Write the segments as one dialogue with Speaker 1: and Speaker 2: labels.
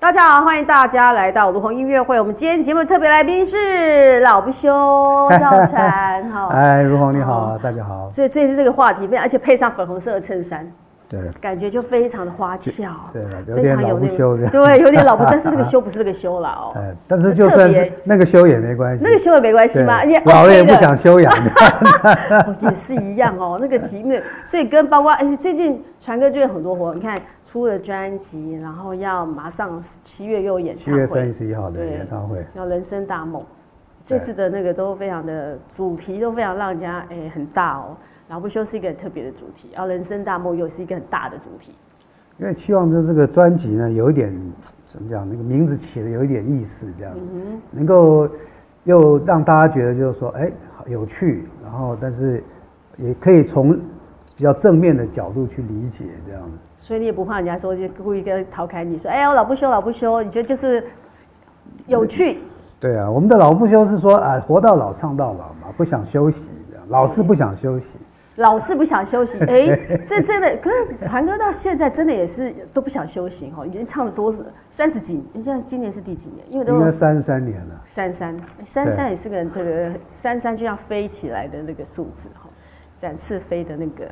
Speaker 1: 大家好，欢迎大家来到卢红音乐会。我们今天节目特别来宾是老不休 赵婵哈。
Speaker 2: 哎，如红你好，大家好。
Speaker 1: 所以这次这个话题非常，而且配上粉红色的衬衫，
Speaker 2: 对
Speaker 1: 感觉就非常的花俏，
Speaker 2: 对了，有
Speaker 1: 非
Speaker 2: 点
Speaker 1: 常
Speaker 2: 老
Speaker 1: 有
Speaker 2: 不
Speaker 1: 那
Speaker 2: 休
Speaker 1: 个，
Speaker 2: 的。
Speaker 1: 对，有点老 不，但是那个休不是那个休了哦，
Speaker 2: 哎，但是就算
Speaker 1: 特
Speaker 2: 是
Speaker 1: 别
Speaker 2: 那个休也没关系。
Speaker 1: 那个休也没关系嘛，
Speaker 2: 对
Speaker 1: 也 OK
Speaker 2: 老了也不
Speaker 1: 的
Speaker 2: 想休养。
Speaker 1: 哦也是一样哦，那个题目，所以跟包括哎、最近传哥就有很多活，你看出了专辑，然后要马上七月又有演
Speaker 2: 七
Speaker 1: 唱会，
Speaker 2: 月三十一号的
Speaker 1: 对
Speaker 2: 演唱会，
Speaker 1: 要人生大梦，这次的那个都非常的主题都非常让人家哎、很大哦，老不休是一个很特别的主题，然后人生大梦又是一个很大的主题，
Speaker 2: 因为希望这这个专辑呢，有一点怎么讲，那个名字起的有一点意思，这样子，
Speaker 1: 嗯
Speaker 2: 能够又让大家觉得就是说，哎，好有趣，然后但是也可以从比较正面的角度去理解这样子。
Speaker 1: 所以你也不怕人家说就故意跟逃开你说，哎、我老不休老不休，你觉得就是有趣，
Speaker 2: 对啊，我们的老不休是说啊，活到老唱到老嘛，不想休息，老是不想休息。
Speaker 1: 老是不想休息，哎、这真的，可是韩哥到现在真的也是都不想休息哦哈，已经唱了多三十几，你像今年是第几年？因为都
Speaker 2: 应该三十三年了，
Speaker 1: 三三，哎三三也是个这个三三就像飞起来的那个数字哈，展翅飞的那个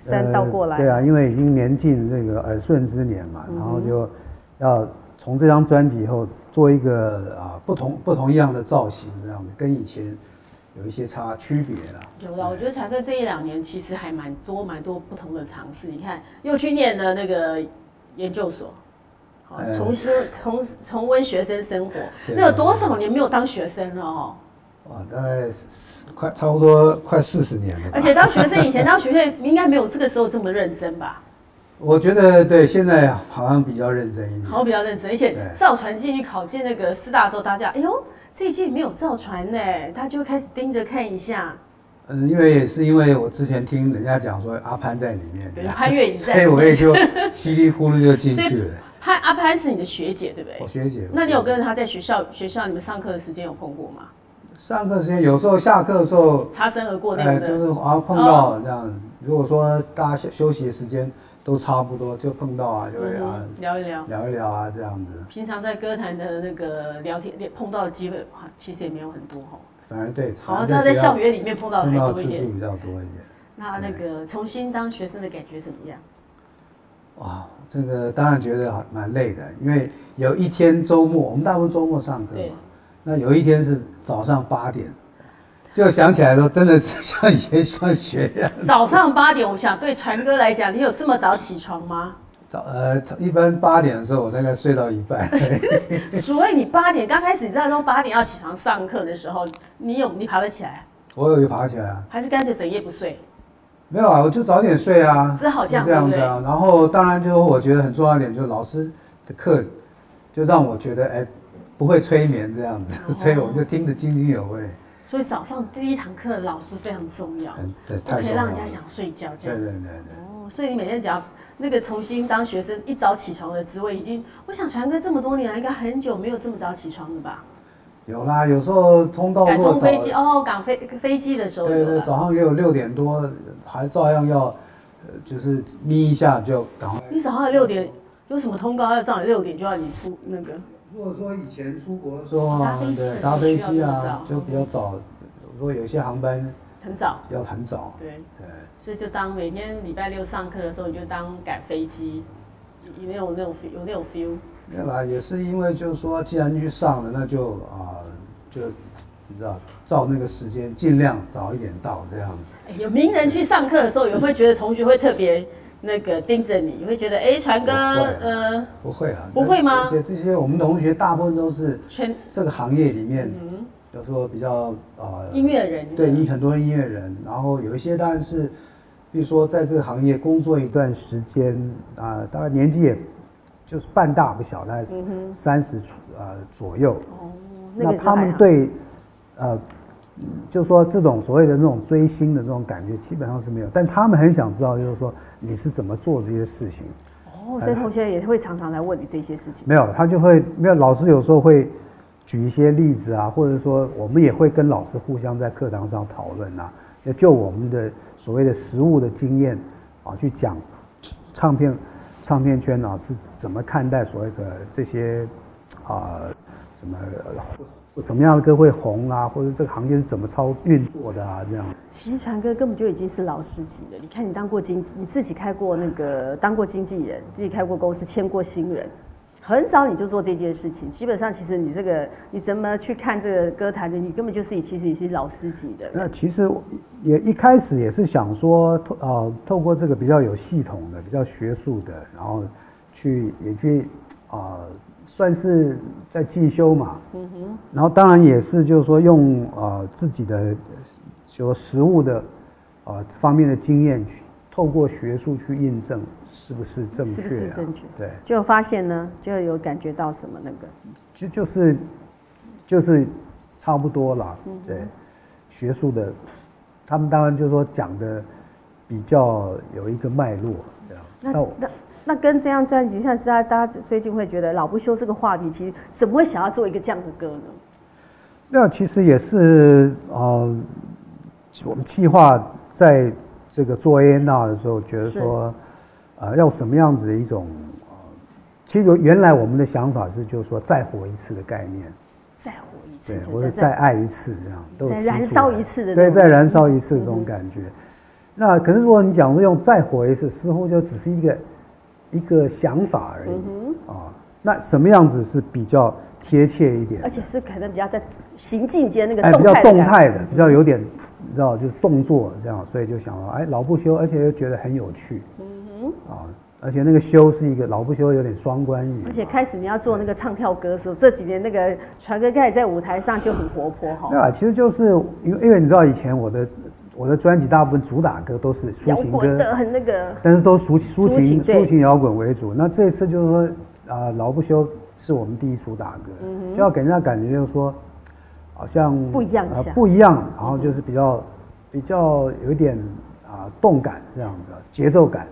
Speaker 1: 山倒过来，嗯
Speaker 2: 呃对啊，因为已经年近这个耳顺之年嘛，然后就要从这张专辑以后做一个啊不同不同样的造型，这样子跟以前有一些差区别了。
Speaker 3: 有的，我觉得传哥这一两年其实还蛮多蛮多不同的尝试。你看，又去念了那个研究所，好
Speaker 2: 哎
Speaker 3: 重新重重温学生生活，
Speaker 2: 对
Speaker 3: 那有多少年没有当学生了哦？
Speaker 2: 哇，啊大概是快差不多快四十年了吧
Speaker 3: 而。且当学生以前当学生应该没有这个时候这么认真吧？
Speaker 2: 我觉得对，现在好像比较认真一点。
Speaker 3: 好，比较认真。而且
Speaker 2: 对
Speaker 3: 造船进去考进那个师大的时候，大家哎呦这一届没有造船呢，他就开始盯着看一下。
Speaker 2: 嗯，因为也是因为我之前听人家讲说阿潘在里面，
Speaker 3: 对，潘越已
Speaker 2: 所以
Speaker 3: 在，
Speaker 2: 我也就稀里糊涂就进去了。
Speaker 3: 潘阿潘是你的学姐对不对
Speaker 2: 我？学姐，
Speaker 3: 那你有
Speaker 2: 我学姐
Speaker 3: 跟他在学校学校你们上课的时间有碰过吗？
Speaker 2: 上课时间有时候下课的时候，
Speaker 3: 擦身而过那
Speaker 2: 哎，
Speaker 3: 样
Speaker 2: 就
Speaker 3: 的。哦
Speaker 2: 是好像碰到这样。如果说大家休休息的时间都差不多，就碰到啊，就会啊
Speaker 3: 嗯聊一聊，
Speaker 2: 聊一聊啊这样子。
Speaker 3: 平常在歌坛的那个聊天碰到的机会，哇其实也没有很多哈。
Speaker 2: 反而对，
Speaker 3: 好像
Speaker 2: 常
Speaker 3: 是他在校园里面碰到的哎
Speaker 2: 碰
Speaker 3: 还
Speaker 2: 到
Speaker 3: 多
Speaker 2: 次
Speaker 3: 一
Speaker 2: 数
Speaker 3: 点。
Speaker 2: 比较多一点。
Speaker 3: 那那个重新当学生的感觉怎么样？
Speaker 2: 哇，哦这个当然觉得蛮累的，因为有一天周末，我们大部分周末上课
Speaker 3: 对
Speaker 2: 嘛，那有一天是早上八点，就想起来说，真的是 像以前上学一样。
Speaker 3: 早上八点，我想对传哥来讲，你有这么早起床吗？
Speaker 2: 早呃，一般八点的时候，我大概睡到一半。
Speaker 3: 所以你八点刚开始，你知道说八点要起床上课的时候，你有你爬得起来，
Speaker 2: 我有一爬起来啊，
Speaker 3: 还是干脆整夜不睡？
Speaker 2: 没有啊，我就早点睡啊，
Speaker 3: 只好这样
Speaker 2: 就这样子啊。然后当然就是我觉得很重要一点，就是老师的课就让我觉得哎不会催眠这样子，
Speaker 3: 哦
Speaker 2: 所以我就听得津津有味，
Speaker 3: 所以早上第一堂课的老师非常重要，
Speaker 2: 很对，
Speaker 3: 不
Speaker 2: 太
Speaker 3: 可以
Speaker 2: 重要
Speaker 3: 让
Speaker 2: 了
Speaker 3: 人。家想睡觉这
Speaker 2: 对
Speaker 3: 样。
Speaker 2: 对对对，
Speaker 3: 哦，所以你每天只要那个重新当学生一早起床的职位，已经，我想传哥这么多年来，啊应该很久没有这么早起床了吧？
Speaker 2: 有啦，有时候通道
Speaker 3: 赶
Speaker 2: 落
Speaker 3: 通
Speaker 2: 早
Speaker 3: 飞，机哦，赶飞飞机的时候
Speaker 2: 对
Speaker 3: 有
Speaker 2: 对，
Speaker 3: 了。
Speaker 2: 早上也有六点多，还照样要，呃就是眯一下就赶快。
Speaker 3: 你早上六点有什么通告要照你六点就要你出那个？
Speaker 2: 如果说以前出国的时候啊
Speaker 3: 搭飞机，的时候
Speaker 2: 对，搭飞
Speaker 3: 需
Speaker 2: 机
Speaker 3: 要这么
Speaker 2: 啊
Speaker 3: 早
Speaker 2: 就比较早，如果有些航班
Speaker 3: 很早，
Speaker 2: 要很早，
Speaker 3: 对，
Speaker 2: 对。
Speaker 3: 所以就当每天礼拜六上课的时候，你就当赶飞机，有那种那种 feel- 有那种 feel。
Speaker 2: 没有啦，也是因为就是说，既然去上了，那就啊、就你知道，照那个时间尽量早一点到这样子。
Speaker 3: 哎有名人去上课的时候，也会觉得同学会特别那个盯着你，会觉得哎，传哥，呃，
Speaker 2: 不会不会啊，
Speaker 3: 不会吗
Speaker 2: 而且这些我们同学大部分都是
Speaker 3: 全
Speaker 2: 这个行业里面，有时候比较啊、
Speaker 3: 音乐人
Speaker 2: 对音很多音乐人，然后有一些当然是，比如说在这个行业工作一段时间啊、大概年纪也就是半大不小，大概三十出啊左右，
Speaker 1: 哦，
Speaker 2: 那
Speaker 1: 个是
Speaker 2: 他
Speaker 1: 还
Speaker 2: 们
Speaker 1: 好
Speaker 2: 对，呃，嗯就说这种所谓的那种追星的这种感觉，基本上是没有。但他们很想知道，就是说你是怎么做这些事情。
Speaker 1: 哦，所以同学也会常常来问你这些事情。
Speaker 2: 没有，他就会没有。老师有时候会举一些例子啊，或者说我们也会跟老师互相在课堂上讨论啊，要就我们的所谓的实物的经验啊去讲唱片唱片圈呢、是怎么看待所谓的这些啊、什么呃怎么样的歌会红啊，或者这个行业是怎么操运作的啊这样。
Speaker 1: 其实传哥根本就已经是老司机了。你看，你当过经，你自己开过那个，当过经纪人，自己开过公司，签过新人，很少你就做这件事情。基本上，其实你这个你怎么去看这个歌坛的，你根本就是你其实你是老司机的。
Speaker 2: 那其实我也一开始也是想说，透呃，透过这个比较有系统的、比较学术的，然后去也去啊、呃算是在进修嘛。嗯哼。然后当然也是就是说用呃自己的呃就说实物的呃方面的经验去。透过学术去印证是不是正确、啊，
Speaker 1: 是不是正确
Speaker 2: 对，
Speaker 1: 就发现呢，就有感觉到什么那个，
Speaker 2: 其实就是就是差不多啦，对，学术的，他们当然就是说讲的比较有一个脉络这样。
Speaker 1: 那
Speaker 2: 但我
Speaker 1: 那那跟这张专辑，像是大家大家最近会觉得“老不休”这个话题，其实怎么会想要做一个这样的歌呢？
Speaker 2: 那其实也是呃，我们计划在这个做 A N R 的时候，觉得说，呃，要什么样子的一种，呃，其实原来我们的想法是，就是说再活一次的概念，
Speaker 1: 再活一次
Speaker 2: 对，，
Speaker 1: 就
Speaker 2: 或
Speaker 1: 是
Speaker 2: 者再爱一次这样，都
Speaker 1: 再
Speaker 2: 有提出
Speaker 1: 燃烧
Speaker 2: 来
Speaker 1: 一次的那
Speaker 2: 对，
Speaker 1: 种
Speaker 2: 再燃烧一次这种感觉。那可是如果你讲说用再活一次，似乎就只是一个一个想法而已
Speaker 1: 嗯
Speaker 2: 啊、那什么样子是比较贴切一点
Speaker 1: 而？且是可能比较在行进间那个
Speaker 2: 哎，比
Speaker 1: 动
Speaker 2: 较
Speaker 1: 态的
Speaker 2: 动
Speaker 1: 感觉
Speaker 2: 态的，比较有点，你知道，就是动作这样，所以就想到，哎，老不休，而且又觉得很有趣，嗯哼，啊，而且那个休是一个老不休，有点双关语
Speaker 1: 而，且开始你要做那个唱跳歌的时候，这几年那个传哥开始在舞台上就很活泼
Speaker 2: 对
Speaker 1: 哈，
Speaker 2: 啊，其实就是因为因为你知道以前我的我的专辑大部分主打歌都是抒
Speaker 1: 摇
Speaker 2: 情
Speaker 1: 滚
Speaker 2: 歌，
Speaker 1: 的很那个，
Speaker 2: 但是都抒抒
Speaker 1: 抒情
Speaker 2: 情
Speaker 1: 对
Speaker 2: 抒情摇滚为主。那这次就是说，啊、老不休是我们第一主打歌，
Speaker 1: 嗯
Speaker 2: 就要给人家感觉就是说，好像
Speaker 1: 不一样一
Speaker 2: 呃
Speaker 1: 下
Speaker 2: 不一样，然后就是比较、比较有一点啊、动感这样子，节奏感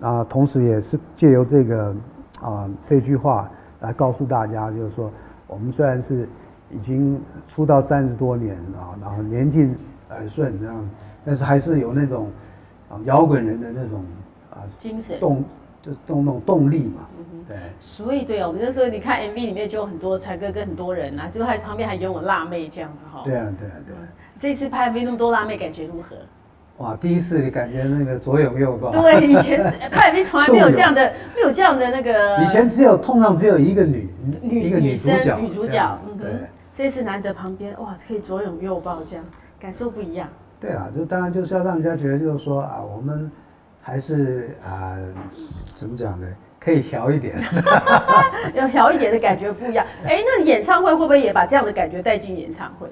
Speaker 2: 啊、同时也是借由这个啊、这句话来告诉大家，就是说我们虽然是已经出道三十多年啊，然后年近耳顺这样，但是还是有那种啊摇滚人的那种啊
Speaker 3: 精神。
Speaker 2: 动，就动那种动力嘛，
Speaker 1: 嗯
Speaker 2: 对。
Speaker 3: 所以对哦，我们那时候你看 MV 里面就有很多才哥跟很多人啊，就还旁边还有我辣妹这样子哈、
Speaker 2: 对啊，对啊，对啊！
Speaker 3: 这次拍 MV 那么多辣妹，感觉如何？
Speaker 2: 哇，第一次感觉那个左拥右抱，
Speaker 3: 对，以前是拍 MV 从来没有这样的，没有这样的那个。
Speaker 2: 以前只有通常只有一个女一个女主
Speaker 3: 生
Speaker 2: 角，
Speaker 3: 女主
Speaker 2: 这
Speaker 3: 角
Speaker 2: 样，
Speaker 3: 嗯
Speaker 2: 对
Speaker 3: 哼，这次难得旁边哇，可以左拥右抱这样，感受不一样。
Speaker 2: 对啊，就当然就是要让人家觉得就是说啊，我们还是啊、怎么讲呢？可以调一点。
Speaker 3: 有调一点的感觉不一 样。哎、那演唱会会不会也把这样的感觉带进演唱会？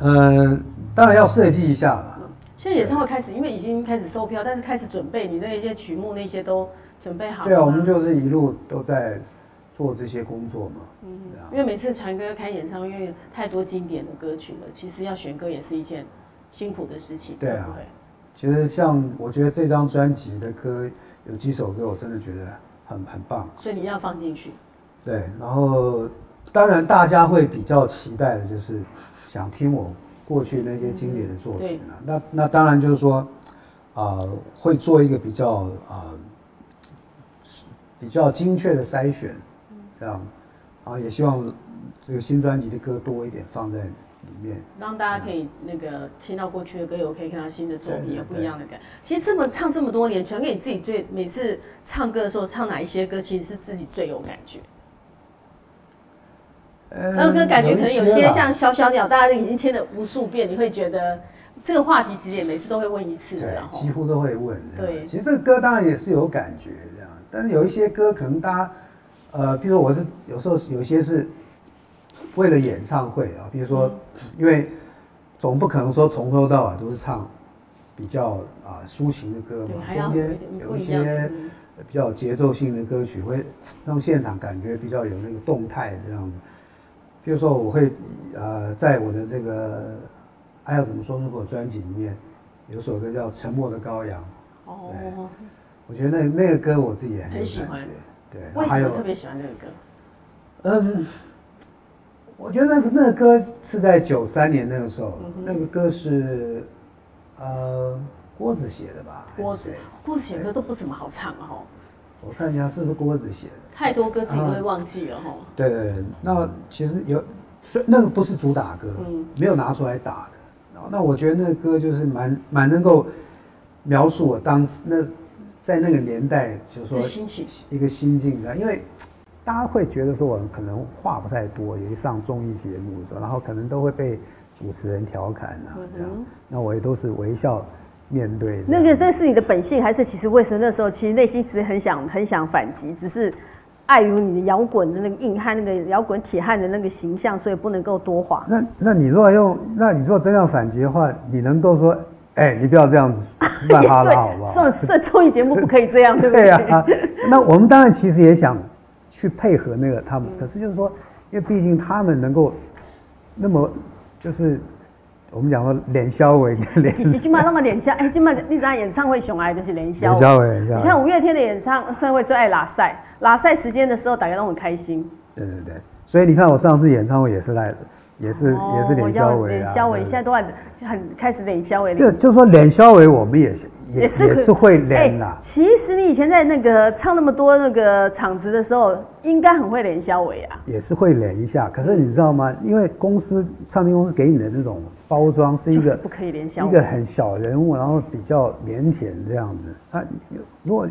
Speaker 2: 嗯，当然要设计一下啦。
Speaker 3: 现在演唱会开始，因为已经开始售票，但是开始准备你那些曲目那些都准备好了吗。嗯
Speaker 2: 对啊，我们就是一路都在做这些工作嘛。对啊
Speaker 3: 因为每次传哥开演唱会，因为太多经典的歌曲了，其实要选歌也是一件辛苦的事情。
Speaker 2: 对啊
Speaker 3: 不对
Speaker 2: 其实像我觉得这张专辑的歌有几首歌，我真的觉得很很棒。
Speaker 3: 所以你要放进去。
Speaker 2: 对，然后当然大家会比较期待的就是想听我过去那些经典的作品啊。
Speaker 3: 嗯
Speaker 2: 那那当然就是说，啊、会做一个比较啊、比较精确的筛选，
Speaker 3: 嗯
Speaker 2: 这样啊，也希望这个新专辑的歌多一点放在里面。
Speaker 3: 让大家可以那个听到过去的歌，也可以看到新的作品，
Speaker 2: 对对
Speaker 3: 有不一样的感。其实这么唱这么多年，传给你自己最每次唱歌的时候，唱哪一些歌，其实是自己最有感觉。
Speaker 2: 嗯
Speaker 3: 当时感觉可能呃有些
Speaker 2: 啦
Speaker 3: 像《小小鸟》，大家已经听了无数遍，你会觉得这个话题其实也每次都会问一次的，
Speaker 2: 对
Speaker 3: 然，后
Speaker 2: 几乎都会问。这样
Speaker 3: 对
Speaker 2: 其实这个歌当然也是有感觉这样，但是有一些歌可能大家，呃，比如说我是有时候是有些是为了演唱会啊，比如说、
Speaker 3: 嗯
Speaker 2: 因为总不可能说从头到尾都是唱比较啊、抒情的歌
Speaker 3: 对，
Speaker 2: 嘛，
Speaker 3: 还要
Speaker 2: 中
Speaker 3: 有一
Speaker 2: 间
Speaker 3: 点
Speaker 2: 有
Speaker 3: 不
Speaker 2: 一
Speaker 3: 一样。
Speaker 2: 些
Speaker 3: 嗯
Speaker 2: 比较有节奏性的歌曲，会让现场感觉比较有那个动态这样的。比如说，我会呃，在我的这个还有怎么说呢？我专辑里面有首歌叫《沉默的羔羊》，
Speaker 3: 哦，
Speaker 2: 我觉得那那个歌我自己也很
Speaker 3: 很
Speaker 2: 有
Speaker 3: 喜
Speaker 2: 感
Speaker 3: 欢
Speaker 2: 觉。对，然后
Speaker 3: 为
Speaker 2: 还
Speaker 3: 什么
Speaker 2: 有
Speaker 3: 特别喜欢这个歌？
Speaker 2: 嗯，我觉得那个那个歌是在九三年那个时候，
Speaker 3: 嗯
Speaker 2: 那个歌是呃郭子写的吧？还是
Speaker 3: 郭子
Speaker 2: 谁
Speaker 3: 郭子写的歌都不怎么好唱哦，
Speaker 2: 我看一下是不是郭子写的。
Speaker 4: 太多歌自己都会忘记了吼。
Speaker 2: 对对对，那其实有，虽那个不是主打歌，
Speaker 4: 嗯
Speaker 2: 没有拿出来打的。然后那我觉得那个歌就是蛮蛮能够描述我当时那在那个年代，就是说
Speaker 4: 这心情
Speaker 2: 一个心境这样，因为大家会觉得说我可能话不太多，也上综艺节目的时候，然后可能都会被主持人调侃啊这样。那我也都是微笑面对这
Speaker 3: 那
Speaker 2: 样。
Speaker 3: 个那是你的本性，还是其实为什么那时候其实内心其实很想很想反击，只是碍于你的摇滚的那个硬汉、那个摇滚铁汉的那个形象，所以不能够多话。
Speaker 2: 那那你如果用，那你如果真要反击的话，你能够说，哎、你不要这样 子乱哈拉好不好？
Speaker 3: 上上综艺节目不可以这样，对不
Speaker 2: 对啊，那我们当然其实也想去配合那个他们，可是就是说，因为毕竟他们能够那么就是我们讲说脸消委，脸
Speaker 3: 其实今麦那么脸笑，哎，今麦你知道演唱会熊爱就是脸笑
Speaker 2: 脸。消委，脸消
Speaker 3: 你
Speaker 2: 委，
Speaker 3: 看五月天的演唱算会最爱拉塞，拉塞时间的时候，大家都很开心。
Speaker 2: 对对对，所以你看我上次演唱会也是来，也是、也是脸消
Speaker 3: 哦
Speaker 2: 委啊，
Speaker 3: 脸消
Speaker 2: 对
Speaker 3: 委
Speaker 2: 不对
Speaker 3: 现在都很很开始脸消委。
Speaker 2: 对，就是说脸消委，我们也是也也
Speaker 3: 是
Speaker 2: 是
Speaker 3: 可
Speaker 2: 会脸啦、
Speaker 3: 哎其实你以前在那个唱那么多那个场子的时候，应该很会连消委啊。
Speaker 2: 也是会脸一下。可是你知道吗？因为公司唱片公司给你的那种包装是一
Speaker 3: 就
Speaker 2: 个、
Speaker 3: 是不可以连消
Speaker 2: 一个
Speaker 3: 委。
Speaker 2: 很小人物，然后比较腼腆这样子。他如果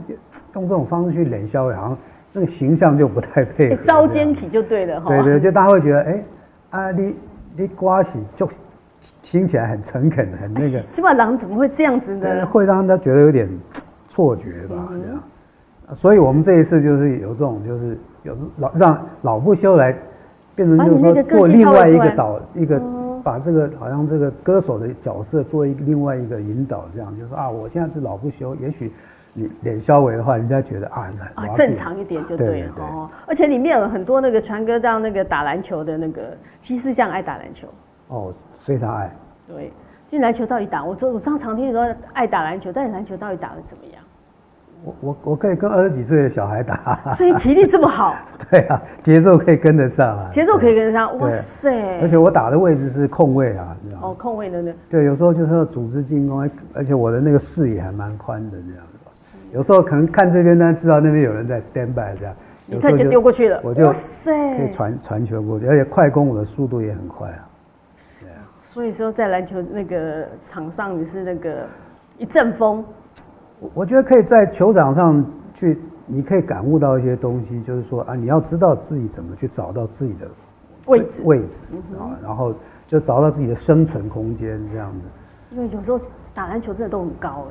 Speaker 2: 用这种方式去冷笑，好像那个形象就不太配
Speaker 3: 哎
Speaker 2: 合。
Speaker 3: 糟啊奸体就对了哈。
Speaker 2: 对对，就大家会觉得，哎，啊你你瓜喜就听起来很诚恳，很那个，
Speaker 3: 西班牙人怎么会这样子
Speaker 2: 对
Speaker 3: 呢？
Speaker 2: 会让他觉得有点错觉
Speaker 3: 嗯
Speaker 2: 吧，这样。啊所以我们这一次就是有这种，就是有老让老不休来变成
Speaker 3: 把
Speaker 2: 就是
Speaker 3: 你那
Speaker 2: 说
Speaker 3: 个
Speaker 2: 做
Speaker 3: 个性
Speaker 2: 另外一
Speaker 3: 套
Speaker 2: 个
Speaker 3: 出来嗯
Speaker 2: 导一个把这个好像这个歌手的角色做一个另外一个引导，这样就是说啊，我现在是老不休，也许你脸稍微的话，人家觉得啊，我
Speaker 3: 啊
Speaker 2: 要，
Speaker 3: 正
Speaker 2: 变
Speaker 3: 常一点就
Speaker 2: 对
Speaker 3: 对了
Speaker 2: 对对
Speaker 3: 哦。而且里面有很多那个传哥到那个打篮球的那个，其实像爱打篮球。
Speaker 2: 哦，非常爱。
Speaker 3: 对，这篮球到底打？我昨我上常听你说爱打篮球，但你篮球到底打的怎么 样？
Speaker 2: 我我我可以跟二十几岁的小孩打，
Speaker 3: 所以体力这么好，
Speaker 2: 对啊，节奏可以跟得上啊，
Speaker 3: 节奏可以跟得上。
Speaker 2: 对
Speaker 3: 哇塞
Speaker 2: 而！且我打的位置是空位啊，这样。
Speaker 3: 哦，空位的呢？
Speaker 2: 对，有时候就是要组织进攻，而而且我的那个视野还蛮宽的这样子。有时候可能看这边，但知道那边有人在 stand by 这样，
Speaker 3: 你
Speaker 2: 有
Speaker 3: 看
Speaker 2: 时候
Speaker 3: 就丢过去了。
Speaker 2: 我就
Speaker 3: 哇塞！
Speaker 2: 可以传传球过去，而且快攻我的速度也很快啊。
Speaker 3: 所以说，在篮球那个场上，你是那个一阵风，
Speaker 2: 我我觉得可以在球场上去，你可以感悟到一些东西，就是说啊，你要知道自己怎么去找到自己的
Speaker 3: 位置
Speaker 2: 位置
Speaker 3: 嗯
Speaker 2: 啊，然后就找到自己的生存空间这样子。
Speaker 3: 因为有时候打篮球真的都很高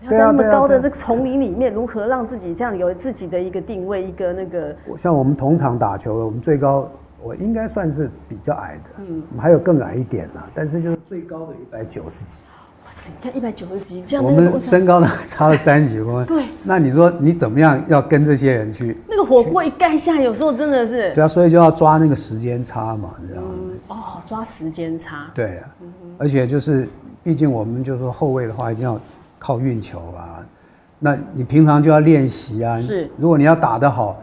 Speaker 3: 哎、你要
Speaker 2: 对
Speaker 3: 在
Speaker 2: 啊
Speaker 3: 那么
Speaker 2: 对啊
Speaker 3: 高的
Speaker 2: 对啊
Speaker 3: 这个丛林里面，如何让自己这样有自己的一个定位，一个那个
Speaker 2: 我像我们同场打球的，我们最高我应该算是比较矮的，嗯，我们还有更矮一点啦，但是就是最高的一百九十几，
Speaker 3: 哇塞，你看一百九十几，这样
Speaker 2: 我
Speaker 3: 那个
Speaker 2: 们
Speaker 3: 我想
Speaker 2: 身高呢差了三十几公分。
Speaker 3: 对，
Speaker 2: 那你说你怎么样要跟这些人去？
Speaker 3: 那个火锅一盖下，有时候真的是
Speaker 2: 对啊，所以就要抓那个时间差嘛，这样。
Speaker 3: 嗯哦，抓时间差，
Speaker 2: 对啊，
Speaker 3: 嗯
Speaker 2: 而且就是毕竟我们就是说后卫的话，一定要靠运球啊。那你平常就要练习啊。
Speaker 4: 是，
Speaker 2: 如果你要打得好，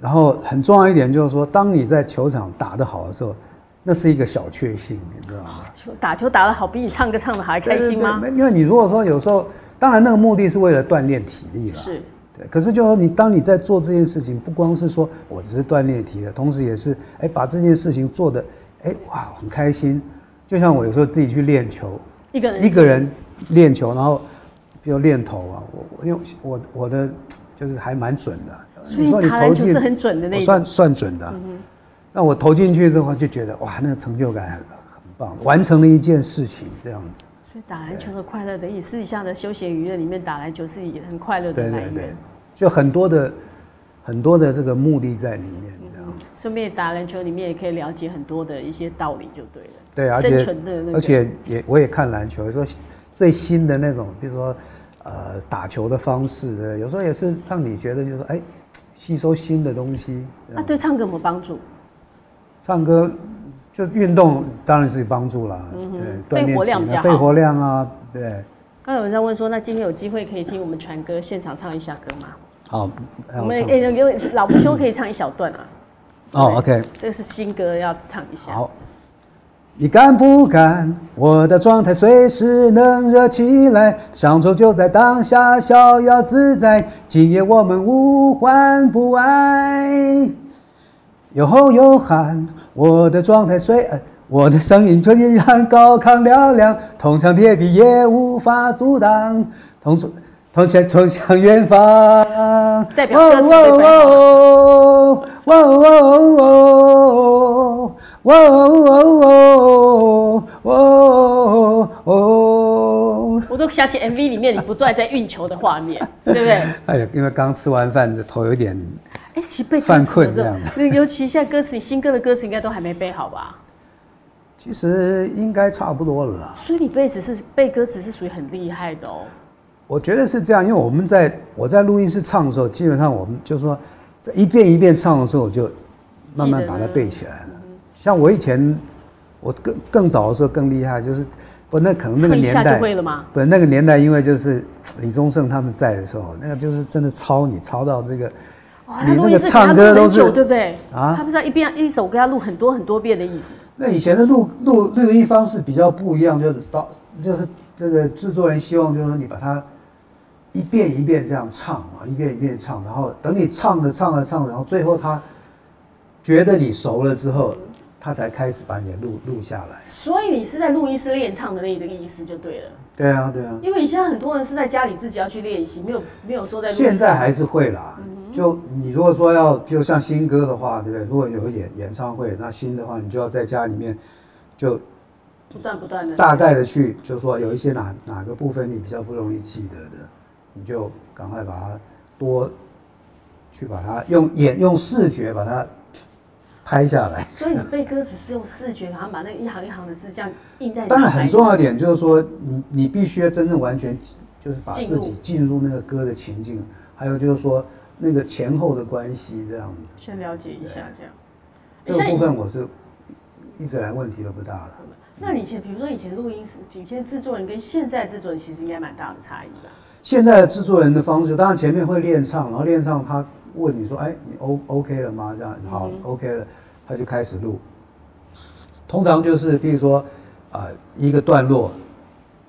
Speaker 2: 然后很重要一点就是说，当你在球场打得好的时候，那是一个小确幸，你知道吗？
Speaker 3: 球打球打得好，比你唱歌唱得还哦开心吗？
Speaker 2: 对？对对因为你如果说有时候，当然那个目的是为了锻炼体力了。
Speaker 4: 是，
Speaker 2: 对，可是就说你当你在做这件事情，不光是说我只是锻炼体力，同时也是哎把这件事情做的哎哇很开心。就像我有时候自己去练球，
Speaker 4: 一个人
Speaker 2: 一个人练球，然后比如练头啊，我我因为我我的就是还蛮准的，
Speaker 3: 所以
Speaker 2: 你说你
Speaker 3: 打篮
Speaker 2: 投
Speaker 3: 球
Speaker 2: 进
Speaker 3: 是很准的那
Speaker 2: 我
Speaker 3: 一种。嗯
Speaker 2: 算算准的啊。那我投进去之后就觉得哇，那个成就感很很棒，完成了一件事情这样子。
Speaker 3: 所以打篮球的快乐，等于私底下的休闲娱乐里面打篮球是也很快乐的
Speaker 2: 对
Speaker 3: 来
Speaker 2: 对
Speaker 3: 源
Speaker 2: 对。，就很多的很多的这个目的在里面这样。
Speaker 3: 顺便打篮球里面也可以了解很多的一些道理，就对了。
Speaker 2: 对，而
Speaker 3: 生
Speaker 2: 且
Speaker 3: 存的那个，
Speaker 2: 而且也我也看篮球，说最新的那种，比如说呃打球的方式，有时候也是让你觉得就是说哎吸收新的东西。
Speaker 3: 那啊对唱歌有没有帮助？
Speaker 2: 唱歌就运动当然是有帮助啦，
Speaker 3: 嗯
Speaker 2: 对，锻
Speaker 4: 肺
Speaker 2: 炼
Speaker 4: 活量
Speaker 2: 体
Speaker 4: 比较
Speaker 2: 能、
Speaker 4: 好
Speaker 2: 肺活量啊，对。
Speaker 3: 刚有人在问说，那今天有机会可以听我们传歌现场唱一下歌吗？
Speaker 2: 好，那
Speaker 3: 我
Speaker 2: 我
Speaker 3: 们
Speaker 2: 上
Speaker 3: 哎，有有老不休可以唱一小段啊，
Speaker 2: 哦，OK，
Speaker 3: 这个是新歌要唱一下。
Speaker 2: 好。你敢不敢？我的状态随时能热起来，享受就在当下，逍遥自在。今夜我们无欢不爱，有吼有喊，我的状态随、呃我的声音却依然高亢嘹亮，铜墙铁壁也无法阻挡，同窗同前冲向远方。
Speaker 3: 代表歌词对白话
Speaker 2: 哦哦哦哦哦哦哦哦！
Speaker 3: 我都想起 MV 里面你不断在运球的画面， 对不对？
Speaker 2: 哎呀，因为刚吃完饭，这头有点……
Speaker 3: 哎，其实背歌词
Speaker 2: 犯困
Speaker 3: 的时候
Speaker 2: 这样
Speaker 3: 那尤其现在歌词，你新歌的歌词应该都还没背好吧？
Speaker 2: 其实应该差不多了啦。
Speaker 3: 所以你背词是背歌词是属于很厉害的哦。
Speaker 2: 我觉得是这样，因为我们在我在录音室唱的时候，基本上我们就说这一遍一遍唱的时候，我就慢慢把它背起来了。像我以前，我更更早的时候更厉害，就是不那可能那个
Speaker 3: 唱一
Speaker 2: 年
Speaker 3: 下就
Speaker 2: 代，
Speaker 3: 会了吗？
Speaker 2: 不那个年代，因为就是李宗盛他们在的时候，那个就是真的抄你抄到这个，
Speaker 3: 哇，
Speaker 2: 你
Speaker 3: 他录
Speaker 2: 那
Speaker 3: 音
Speaker 2: 个
Speaker 3: 室给
Speaker 2: 唱
Speaker 3: 他
Speaker 2: 歌
Speaker 3: 录
Speaker 2: 都
Speaker 3: 很久，
Speaker 2: 是
Speaker 3: 对不对？
Speaker 2: 啊
Speaker 3: 他不知道一遍一首歌要录很多很多遍的意思。
Speaker 2: 那以前的录录录音方式比较不一样，就是到就是这个制作人希望就是说你把它一遍一遍这样唱啊，一遍一遍唱，然后等你唱着唱着唱着，然后最后他觉得你熟了之后，他才开始把你的录录下来。
Speaker 3: 所以你是在录音室练唱的那一个意思就对了，
Speaker 2: 对啊，对啊，
Speaker 3: 因为现在很多人是在家里自己要去练习，没有没有说在录音室
Speaker 2: 现在嗯还是会啦。就你如果说要，就像新歌的话，对不对？如果有演演唱会，那新的话，你就要在家里面就
Speaker 3: 不断不断的
Speaker 2: 大概的去，就说有一些哪哪个部分你比较不容易记得的，你就赶快把它多去把它用眼用视觉把它拍下来。
Speaker 3: 所以你背歌词是用视觉，然后把那一行一行的字这样印在你的
Speaker 2: 当然
Speaker 3: 脑海
Speaker 2: 很
Speaker 3: 里
Speaker 2: 重要一点就是说，你你必须要真正完全就是把
Speaker 3: 进入
Speaker 2: 自己进入那个歌的情境，还有就是说那个前后的关系这样子。
Speaker 3: 先了解一下这样。
Speaker 2: 这个
Speaker 3: 像
Speaker 2: 部分我是一直来问题都不大了。
Speaker 3: 那你以前，比如说以前录音室，以前制作人跟现在制作人其实应该蛮大的差异吧？
Speaker 2: 现在的制作人的方式，当然前面会练唱，然后练唱他问你说：“哎，你 O OK 了吗？”这样好、OK 了，他就开始录。通常就是比如说，啊、一个段落，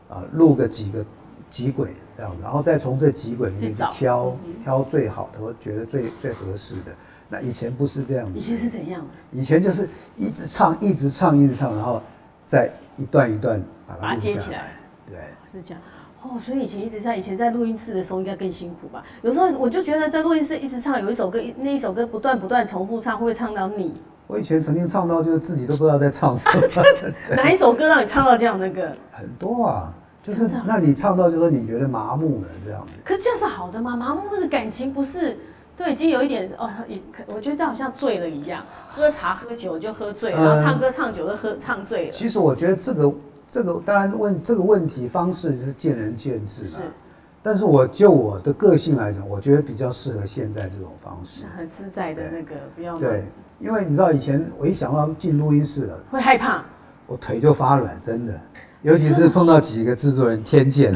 Speaker 2: 啊、录个几个几轨这样，然后再从这几轨里面
Speaker 3: 去找
Speaker 2: 挑挑最好的，我觉得最最合适的。那以前不是这样
Speaker 3: 以
Speaker 2: 子，
Speaker 3: 前是怎样？
Speaker 2: 以前就是一直唱，一直唱，一直唱，然后再一段一段把
Speaker 3: 把
Speaker 2: 它
Speaker 3: 它
Speaker 2: 录
Speaker 3: 接
Speaker 2: 下
Speaker 3: 起
Speaker 2: 来。
Speaker 3: 来
Speaker 2: 对，
Speaker 3: 是这样。哦，所以以前一直在以前在录音室的时候应该更辛苦吧？有时候我就觉得在录音室一直唱有一首歌，一那一首歌不断不断重复唱，会不会唱到 你？
Speaker 2: 我以前曾经唱到就是自己都不知道在唱什 么。
Speaker 3: 哪一首歌让你唱到这样的歌？
Speaker 2: 很多啊，就是让你唱到就说你觉得麻木了这样子。
Speaker 3: 可是这样是好的吗？麻木那个感情不是都已经有一点哦，也可我觉得这好像醉了一样，喝茶喝酒就喝醉，然后
Speaker 2: 嗯
Speaker 3: 唱歌唱酒就喝唱醉了。
Speaker 2: 其实我觉得这个这个当然问这个问题方式是见仁见智
Speaker 3: 是
Speaker 2: 啦。但是我就我的个性来讲，我觉得比较适合现在这种方式
Speaker 3: 是。很自在的那个，不要
Speaker 2: 对，因为你知道以前我一想到进录音室了，
Speaker 3: 会害怕，
Speaker 2: 我腿就发软，真的。尤其是碰到几个制作人天见，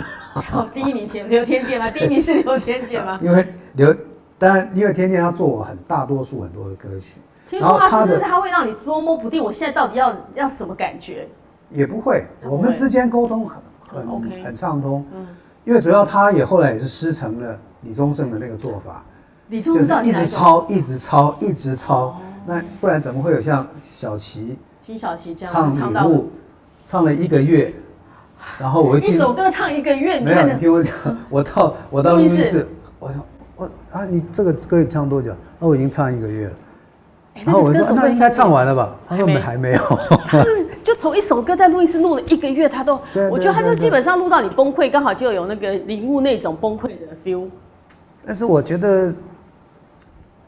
Speaker 3: 哦，第一名天刘天健吗？第一名是刘天健 吗？
Speaker 2: 因为刘当然因为天见他做我很大多数很多的歌曲，
Speaker 3: 听
Speaker 2: 然
Speaker 3: 说
Speaker 2: 后
Speaker 3: 他是
Speaker 2: 他
Speaker 3: 不是
Speaker 2: 的
Speaker 3: 他会让你捉摸不定？我现在到底要要什么感觉？
Speaker 2: 也不会，
Speaker 3: 不
Speaker 2: 我们
Speaker 3: 会
Speaker 2: 之间沟通很
Speaker 3: 很 OK
Speaker 2: 很很畅通。
Speaker 3: 嗯
Speaker 2: 因为主要他也后来也是师承了李宗盛的那个做法，
Speaker 3: 你知
Speaker 2: 就
Speaker 3: 不
Speaker 2: 是
Speaker 3: 知道你
Speaker 2: 一
Speaker 3: 哪
Speaker 2: 直
Speaker 3: 一种？哦
Speaker 2: 抄，一直抄，一直抄。那不然怎么会有像小齐
Speaker 3: 听小琪这样
Speaker 2: 唱
Speaker 3: 唱
Speaker 2: 《
Speaker 3: 到
Speaker 2: 礼物》，唱了一个月，然后我
Speaker 3: 一
Speaker 2: 进
Speaker 3: 首歌唱一个月，你
Speaker 2: 没有
Speaker 3: 看
Speaker 2: 你
Speaker 3: 哎的嗯
Speaker 2: 听我讲，我到我到
Speaker 3: 录
Speaker 2: 录
Speaker 3: 音
Speaker 2: 音
Speaker 3: 室
Speaker 2: 室，我想我啊你这个歌你唱多久？啊我已经唱一个月了。
Speaker 3: 哎
Speaker 2: 然后我
Speaker 3: 那个歌手
Speaker 2: 说那
Speaker 3: 会
Speaker 2: 应该唱完了吧？他说
Speaker 3: 还没
Speaker 2: 没还没有。
Speaker 3: 他是就同一首歌在录音室录了一个月，他都
Speaker 2: 对，对
Speaker 3: 我觉得他就
Speaker 2: 对对
Speaker 3: 基本上录到你崩溃，刚好就有那个领悟那种崩溃
Speaker 2: 呃
Speaker 3: 的 feel，
Speaker 2: 但是我觉得，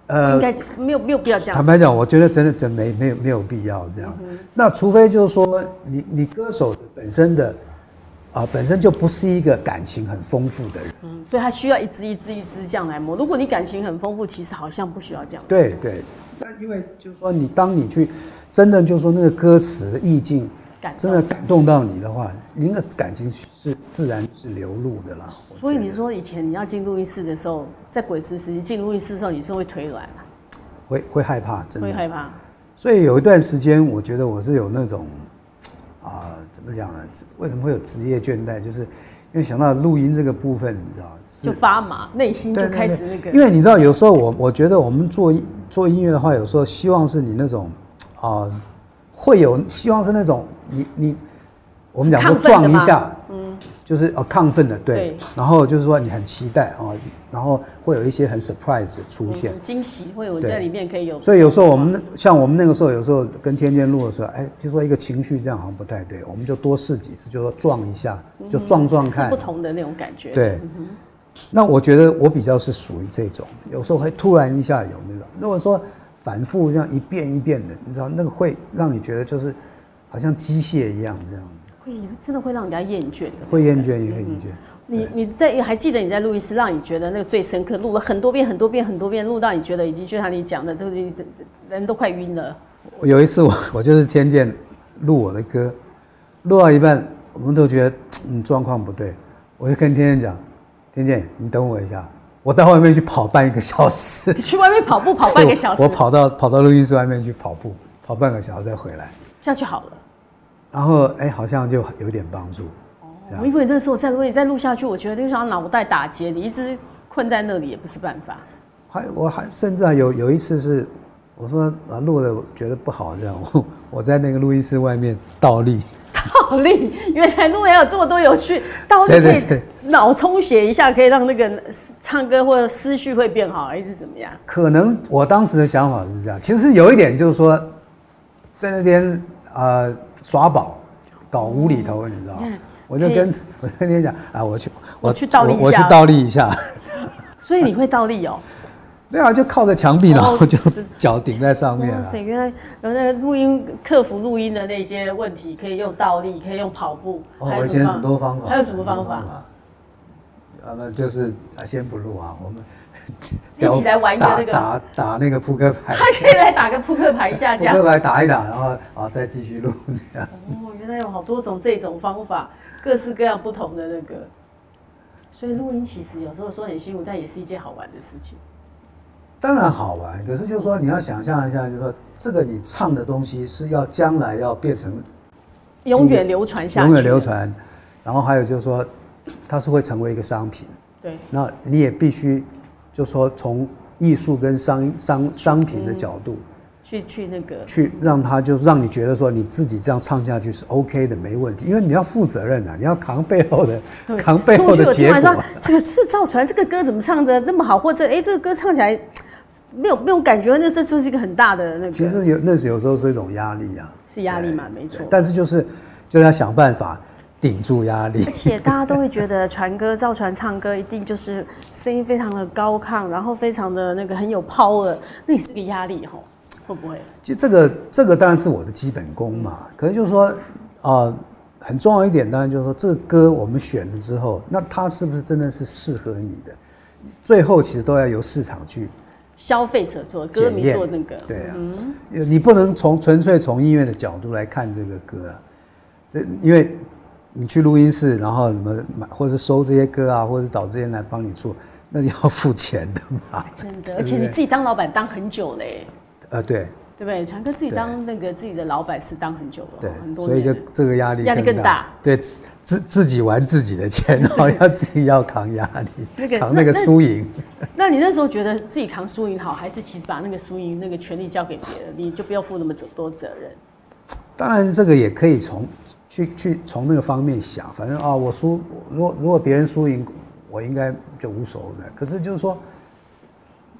Speaker 2: 呃
Speaker 3: 应，该没有没有必要这样
Speaker 2: 坦
Speaker 3: 子。
Speaker 2: 白讲，我觉得真的真没没有没有必要这样。
Speaker 3: 嗯
Speaker 2: 那除非就是说，你你歌手本身的啊、本身就不是一个感情很丰富的人。
Speaker 3: 嗯所以他需要一支一支一支这样来磨。如果你感情很丰富，其实好像不需要这样。
Speaker 2: 对对，但因为就是说，你当你去真正就是说那个歌词的意境
Speaker 3: 感动
Speaker 2: 真的感动到你的话，您的感情是自然是流露的啦。我
Speaker 3: 所以
Speaker 2: 觉
Speaker 3: 你
Speaker 2: 得
Speaker 3: 说以前你要进录音室的时候，在鬼时时期进录音室的时候，你是会腿软吗
Speaker 2: 会会害怕，真
Speaker 3: 会
Speaker 2: 的。
Speaker 3: 害怕。
Speaker 2: 所以有一段时间，我觉得我是有那种啊、怎么讲呢？为什么会有职业倦怠？就是因为想到录音这个部分，你知道，是
Speaker 5: 就发麻，内心就
Speaker 2: 对对
Speaker 5: 开始
Speaker 2: 对
Speaker 5: 那个。
Speaker 2: 因为你知道，有时候我我觉得我们做音做音乐的话，有时候希望是你那种啊、会有希望是那种你你我们讲说
Speaker 5: 亢奋的
Speaker 2: 撞一
Speaker 5: 吗
Speaker 2: 下，嗯，就是哦亢奋的对，
Speaker 5: 对
Speaker 2: 然后就是说你很期待啊、哦然后会有一些很 surprise 出现。
Speaker 3: 嗯惊喜会有
Speaker 2: 对
Speaker 3: 在里面可以有，
Speaker 2: 所以有时候我们像我们那个时候，有时候跟天天录的时候，哎，就说一个情绪这样好像不太对，我们就多试几次，就说撞一下，就撞撞
Speaker 3: 嗯是
Speaker 2: 看
Speaker 3: 不。同的嗯那种感觉。
Speaker 2: 对，那我觉得我比较是属于这种，有时候会突然一下有那种。如果说反复这样一遍一遍的，你知道那个会让你觉得就是好像机械一样这样子，
Speaker 3: 会真的会让人家厌倦。
Speaker 2: 会厌倦也会厌倦。
Speaker 3: 你你在还记得你在录音室让你觉得那个最深刻，录了很多遍很多遍很多遍，录到你觉得已经就像你讲的，这个人都快晕 了。
Speaker 2: 我有一次我我就是天见录我的歌，录到一半，我们都觉得嗯状况不对，我就跟天天讲，天健你等我一下，我到外面去跑半个小时，
Speaker 3: 你去外面跑步 跑半个小时
Speaker 2: 哎我，跑到跑到录音室外面去跑步，跑半个小时再回来，
Speaker 3: 这样就好了。
Speaker 2: 然后哎好像就有点帮助，
Speaker 3: 我
Speaker 2: 这样
Speaker 3: 因为那时候在录，你再录下去，我觉得就像脑袋打结，你一直困在那里也不是办法。
Speaker 2: 还我还甚至还有有一次是。我说啊，录的觉得不好，这样 我我在那个录音室外面倒立，
Speaker 3: 倒立，原来路也有这么多有趣，倒立
Speaker 2: 对
Speaker 3: 可
Speaker 2: 对
Speaker 3: 以脑充血一下，可以让那个唱歌或者思绪会变好，还是怎么样？
Speaker 2: 可能我当时的想法是这样，其实有一点就是说，在那边呃耍宝，搞无厘头，你知道吗？我就跟 我跟你讲啊，我去
Speaker 3: 嗯我去倒立一下
Speaker 2: 我，我去倒立 一下，
Speaker 3: 所以你会倒立哦。
Speaker 2: 对啊，就靠着墙壁，然后
Speaker 3: 哦
Speaker 2: 就脚顶在上面
Speaker 3: 哇
Speaker 2: 啊
Speaker 3: 塞，。哦原来有那个录音克服录音的那些问题，可以用倒立，可以用跑步，
Speaker 2: 哦，我以前很多方法，
Speaker 3: 还有什么方法？？
Speaker 2: 啊，那就是啊，先不录啊，我们
Speaker 3: 一起来玩一个那个
Speaker 2: 打打打那个扑克牌，
Speaker 3: 还可以来 打个扑克牌一下，这
Speaker 2: 扑
Speaker 3: 样
Speaker 2: 克。牌打一打，然后啊再继续录这样。
Speaker 3: 哦，原来有好多种这种方法，各式各样不同的那个。所以录音其实有时候说很辛苦，但也是一件好玩的事情。
Speaker 2: 当然好玩，可是就是说你要想象一下，就是说这个你唱的东西是要将来要变成
Speaker 3: 永远流传下去，
Speaker 2: 永远流。传，然后还有就是说它是会成为一个商品，
Speaker 3: 对，
Speaker 2: 那你也必须就说从艺术跟商商商品的角度
Speaker 3: 去去那个
Speaker 2: 去让它就让你觉得说你自己这样唱下去是 OK 的，没问题，因为你要负责任啊，你要扛背后的
Speaker 3: 对
Speaker 2: 扛背后
Speaker 3: 所以
Speaker 2: 的
Speaker 3: 我听
Speaker 2: 结
Speaker 3: 完
Speaker 2: 果
Speaker 3: 说。这个是赵传这个歌怎么唱的那么好，或者哎、这个歌唱起来没有没有感觉，那这就是一个很大的那个，
Speaker 2: 其实有那是有时候是一种压力啊，
Speaker 3: 是压力嘛，没错。
Speaker 2: 但是就是就要想办法顶住压 力
Speaker 3: 而。且大家都会觉得传歌赵传唱歌一定就是声音非常的高亢，然后非常的那个很有 power，那也是个压力吼，会不会？
Speaker 2: 其实这个这个当然是我的基本功嘛，可是就是说，呃，很重要一点，当然就是说这个歌我们选了之后，那它是不是真的是适合你的？最后其实都要由市场去
Speaker 3: 消费者做歌
Speaker 2: 检
Speaker 3: 迷
Speaker 2: 验
Speaker 3: 做那个，嗯
Speaker 2: 对啊，你不能从纯粹从音乐的角度来看这个歌啊，对，因为你去录音室，然后什么买或者收这些歌啊，或者找这些人来帮你做，那你要付钱的嘛，
Speaker 3: 真
Speaker 2: 对
Speaker 3: 的，
Speaker 2: 不
Speaker 3: 而且你
Speaker 2: 对
Speaker 3: 自己当老板当很久嘞、
Speaker 2: 呃，对
Speaker 3: 对不对？传哥自己
Speaker 2: 对
Speaker 3: 当那个自己的老板是当很久了哦，
Speaker 2: 对
Speaker 3: 很，多
Speaker 2: 所以
Speaker 3: 年
Speaker 2: 就
Speaker 3: 了。
Speaker 2: 这个压力
Speaker 3: 压力更大，
Speaker 2: 对自自自己玩自己的钱，然 后要自己要扛压
Speaker 3: 那
Speaker 2: 力，
Speaker 3: 个
Speaker 2: 扛那个
Speaker 3: 那那
Speaker 2: 输赢。
Speaker 3: 那你那时候觉得自己扛输赢好，还是其实把那个输赢那个权利交给别人，你就不要负那么多责任？
Speaker 2: 当然，这个也可以从去去从那个方面想，反正啊，我输，如果如果别人输赢，我应该就无所谓了。可是就是说，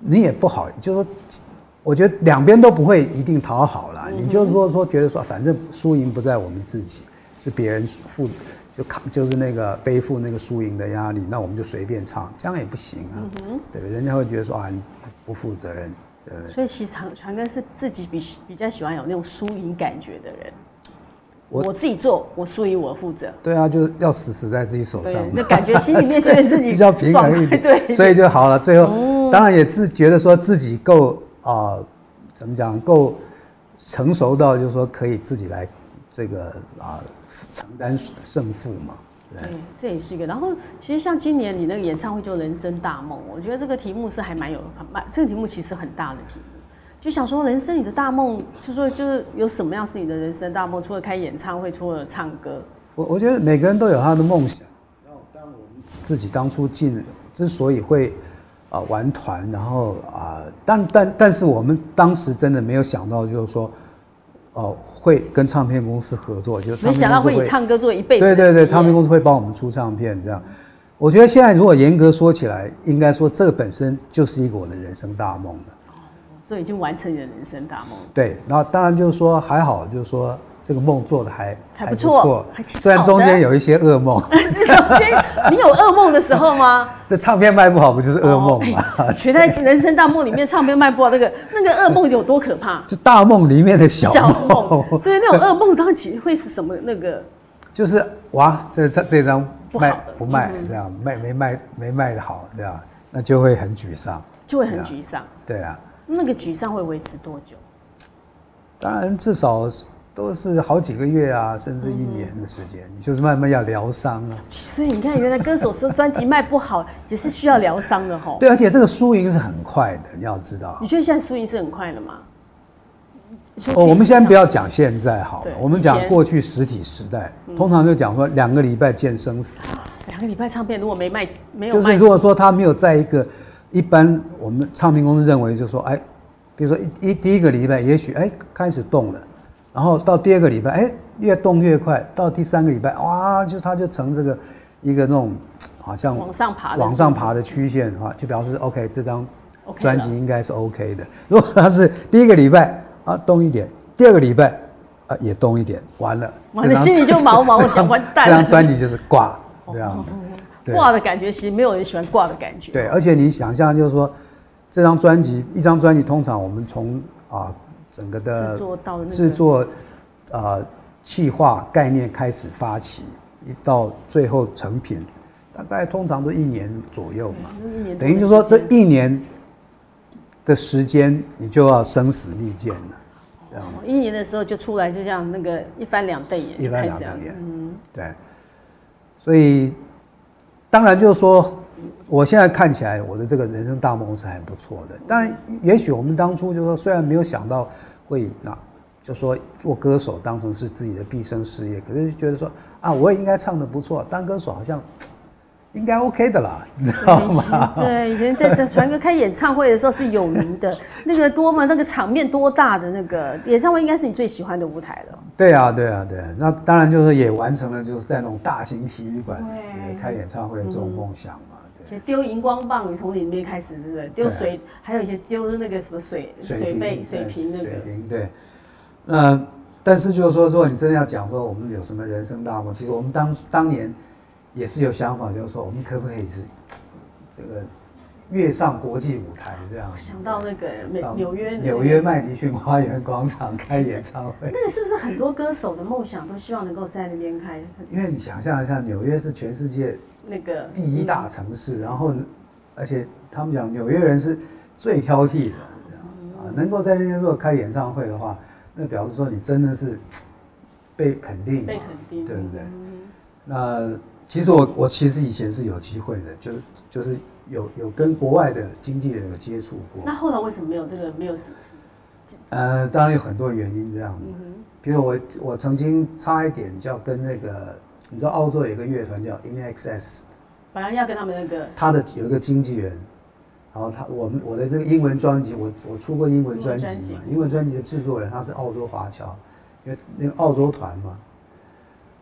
Speaker 2: 你也不好，就是说，我觉得两边都不会一定讨好啦。你就是说说觉得说，反正输赢不在我们自己，是别人负就扛就是那个背负那个输赢的压力，那我们就随便唱，这样也不行啊，对不对？人家会觉得说啊，你不不负责任，对不对？
Speaker 3: 所以其实传传哥是自己比比较喜欢有那种输赢感觉的人。
Speaker 2: 我
Speaker 3: 我自己做，我输赢我负责。
Speaker 2: 对啊，就是要死死在自己手上
Speaker 3: 对
Speaker 2: 嘛，。
Speaker 3: 那感觉心里面觉得自己
Speaker 2: 比较平
Speaker 3: 爽
Speaker 2: 衡一
Speaker 3: 快
Speaker 2: 点，
Speaker 3: 对，哦
Speaker 2: 所以就好了。最后、当然也是觉得说自己够啊、呃怎么讲够成熟到就是说可以自己来这个啊、承担胜负嘛。对，
Speaker 3: 对，嗯这也是一个。然后其实像今年你那个演唱会就人生大梦，我觉得这个题目是还蛮有蛮这个题目其实很大的题目，就想说人生你的大梦，就说就是有什么样是你的人生大梦？除了开演唱会，除了唱歌，
Speaker 2: 我我觉得每个人都有他的梦想，然后当然我们自己当初进，之所以会啊、呃玩团，然后啊、但但但是我们当时真的没有想到，就是说，哦、会跟唱片公司合作，就是
Speaker 3: 没
Speaker 2: 唱片
Speaker 3: 想到
Speaker 2: 公司
Speaker 3: 会以唱歌做一辈子
Speaker 2: 对
Speaker 3: 的职业。
Speaker 2: 对对，唱片公司会帮我们出唱片这样。我觉得现在如果严格说起来，应该说这个本身就是一个我的人生大梦了。
Speaker 3: 所以已经完成你的人生大梦。
Speaker 2: 对，然后当然就是说还好，就是说这个梦做的还
Speaker 3: 还不错还挺好的
Speaker 2: 虽然中间有一些 噩梦，
Speaker 3: 至少先，你有噩梦的时候吗？
Speaker 2: 这唱片卖不好不就是噩梦吗？
Speaker 3: 哦哎觉得在人生大梦里面，唱片卖不好，那个那个噩梦有多可怕？
Speaker 2: 就大梦 里面的小梦，
Speaker 3: 梦，对，那种噩梦当起会是什么？那个
Speaker 2: 就是哇，这这这张
Speaker 3: 不好嗯
Speaker 2: 卖
Speaker 3: 了
Speaker 2: 不卖这样，卖没卖没卖的好这样，那就会很沮丧。
Speaker 3: 就会很沮丧，
Speaker 2: 对啊，
Speaker 3: 那个沮丧会维持多久？
Speaker 2: 当然至少都是好几个月啊，甚至一年的时间，
Speaker 3: 嗯
Speaker 2: 你就是慢慢要疗伤啊。
Speaker 3: 所以你看，原来歌手说专辑卖不好，也是需要疗伤的吼。
Speaker 2: 对，而且这个输赢是很快的，你要知道
Speaker 3: 你。觉得现在输赢是很快的吗？
Speaker 2: 哦，我们先不要讲现在好了
Speaker 3: 对，
Speaker 2: 我们
Speaker 3: 以
Speaker 2: 讲
Speaker 3: 前嗯
Speaker 2: 过去实体时代，通常就讲说两个礼拜见生死，
Speaker 3: 两个礼拜唱片如果没卖，没有
Speaker 2: 就
Speaker 3: 卖
Speaker 2: 是如果说他没有在一个一般我们唱片公司认为就是说，哎，比如说一一第一个礼拜也许哎开始动了，然后到第二个礼拜哎越动越快，到第三个礼拜哇就它就成这个一个那种好像
Speaker 3: 往上爬的
Speaker 2: 往上爬的曲线的话，就表示 OK 这张
Speaker 3: OK 了
Speaker 2: 专辑应该是 OK 的。如果它是第一个礼拜啊动一点，第二个礼拜啊也动一点，完了，
Speaker 3: 完了
Speaker 2: 这张
Speaker 3: 心里就毛毛
Speaker 2: 这张
Speaker 3: 想完蛋
Speaker 2: 这
Speaker 3: 了哦
Speaker 2: 张专辑就是挂这样子。嗯对
Speaker 3: 挂的感觉，其实没有人喜欢挂的感觉。
Speaker 2: 对，而且你想象就是说，这张专辑，一张专辑通常我们从啊、整个的
Speaker 3: 制作到那个
Speaker 2: 制作啊企划概念开始发起，一到最后成品，大概通常都一年左右嘛。
Speaker 3: 那嗯一年多的时间，
Speaker 2: 等于就是说这一年的时间，你就要生死历见了，这样
Speaker 3: 哦一年的时候就出来，就像那个一翻两瞪眼，
Speaker 2: 一
Speaker 3: 就
Speaker 2: 翻
Speaker 3: 开
Speaker 2: 两
Speaker 3: 始啊
Speaker 2: 瞪眼。
Speaker 3: 嗯，
Speaker 2: 对，所以当然就是说，我现在看起来我的这个人生大梦是还不错的。当然，也许我们当初就说，虽然没有想到会那，就说做歌手当成是自己的毕生事业，可是就觉得说啊，我也应该唱的不错，当歌手好像应该 OK 的啦，你知道
Speaker 3: 以前
Speaker 2: 吗？
Speaker 3: 对，以前在在传哥开演唱会的时候是有名 的，那个多么那个场面多大的那个演唱会，应该是你最喜欢的舞台了。
Speaker 2: 对啊，对啊，对啊。那当然就是也完成了，就是在那种大型体育馆
Speaker 3: 对嗯
Speaker 2: 开演唱会的这种梦想嘛。对。
Speaker 3: 以前丢荧光棒也从里面开始，对不对？丢
Speaker 2: 对
Speaker 3: 水，还有以前丢那个什么水水杯、水瓶那个
Speaker 2: 水。瓶对。那但是就是说，如果你真的要讲说我们有什么人生大梦，其实我们当当年也是有想法，就是说我们可不可以是这个跃上国际舞台这样
Speaker 3: 我？想到那个美
Speaker 2: 到
Speaker 3: 纽约，
Speaker 2: 纽约麦迪逊花园广场开演唱会，
Speaker 6: 那个是不是很多歌手的梦想都希望能够在那边开？
Speaker 2: 因为你想象一下，纽约是全世界
Speaker 3: 那个
Speaker 2: 第一大城市，然后而且他们讲纽约人是最挑剔的，啊，能够在那边如果开演唱会的话，那表示说你真的是被肯定嘛，
Speaker 3: 被肯定
Speaker 2: 对不对？那其实我我其实以前是有机会的，就就是有有跟国外的经纪人有接触过，
Speaker 3: 那后来为什么没有这个没有？
Speaker 2: 呃，当然有很多原因这样子，
Speaker 3: 嗯
Speaker 2: 比如我我曾经差一点就要跟那个，你知道澳洲有一个乐团叫 In Excess。
Speaker 3: 本来要跟他们那个
Speaker 2: 他的有一个经纪人，然后他我们我的这个英文专辑，我我出过英文专
Speaker 3: 英文
Speaker 2: 辑嘛
Speaker 3: 专，
Speaker 2: 英文专辑的制作人他是澳洲华侨，因为那个澳洲团嘛，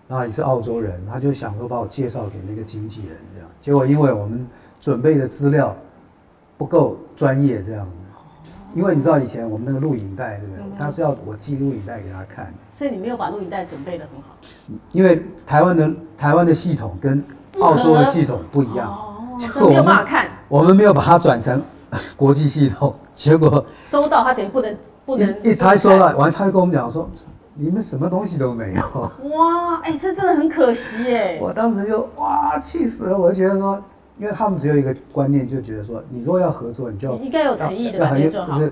Speaker 2: 然后也是澳洲人，他就想说把我介绍给那个经纪人这样，结果因为我们准备的资料不够专业这样子。因为你知道以前我们那个录影带，对不对？他是要我寄录影带给他看，
Speaker 3: 所以你没有把录影带准备的很好。
Speaker 2: 因为台湾的台湾的系统跟澳洲的系统不一样，
Speaker 3: 哦，
Speaker 2: 结
Speaker 3: 所
Speaker 2: 果
Speaker 3: 以没
Speaker 2: 我
Speaker 3: 有
Speaker 2: 们
Speaker 3: 办法看，
Speaker 2: 我们没有把它转成国际系统， 结果
Speaker 3: 收到他等于不能不能
Speaker 2: 一一拆收了，完他就跟我们讲说，你们什么东西都没有。
Speaker 3: 哇，哎、这真的很可惜耶！
Speaker 2: 我当时就哇气死了，我就觉得说，因为他们只有一个观念，就觉得说，你如果要合作，你就要
Speaker 3: 你应该有诚意的
Speaker 2: 要
Speaker 3: 把
Speaker 2: 很
Speaker 3: 这
Speaker 2: 有
Speaker 3: 些做
Speaker 2: 就
Speaker 3: 好。
Speaker 2: 是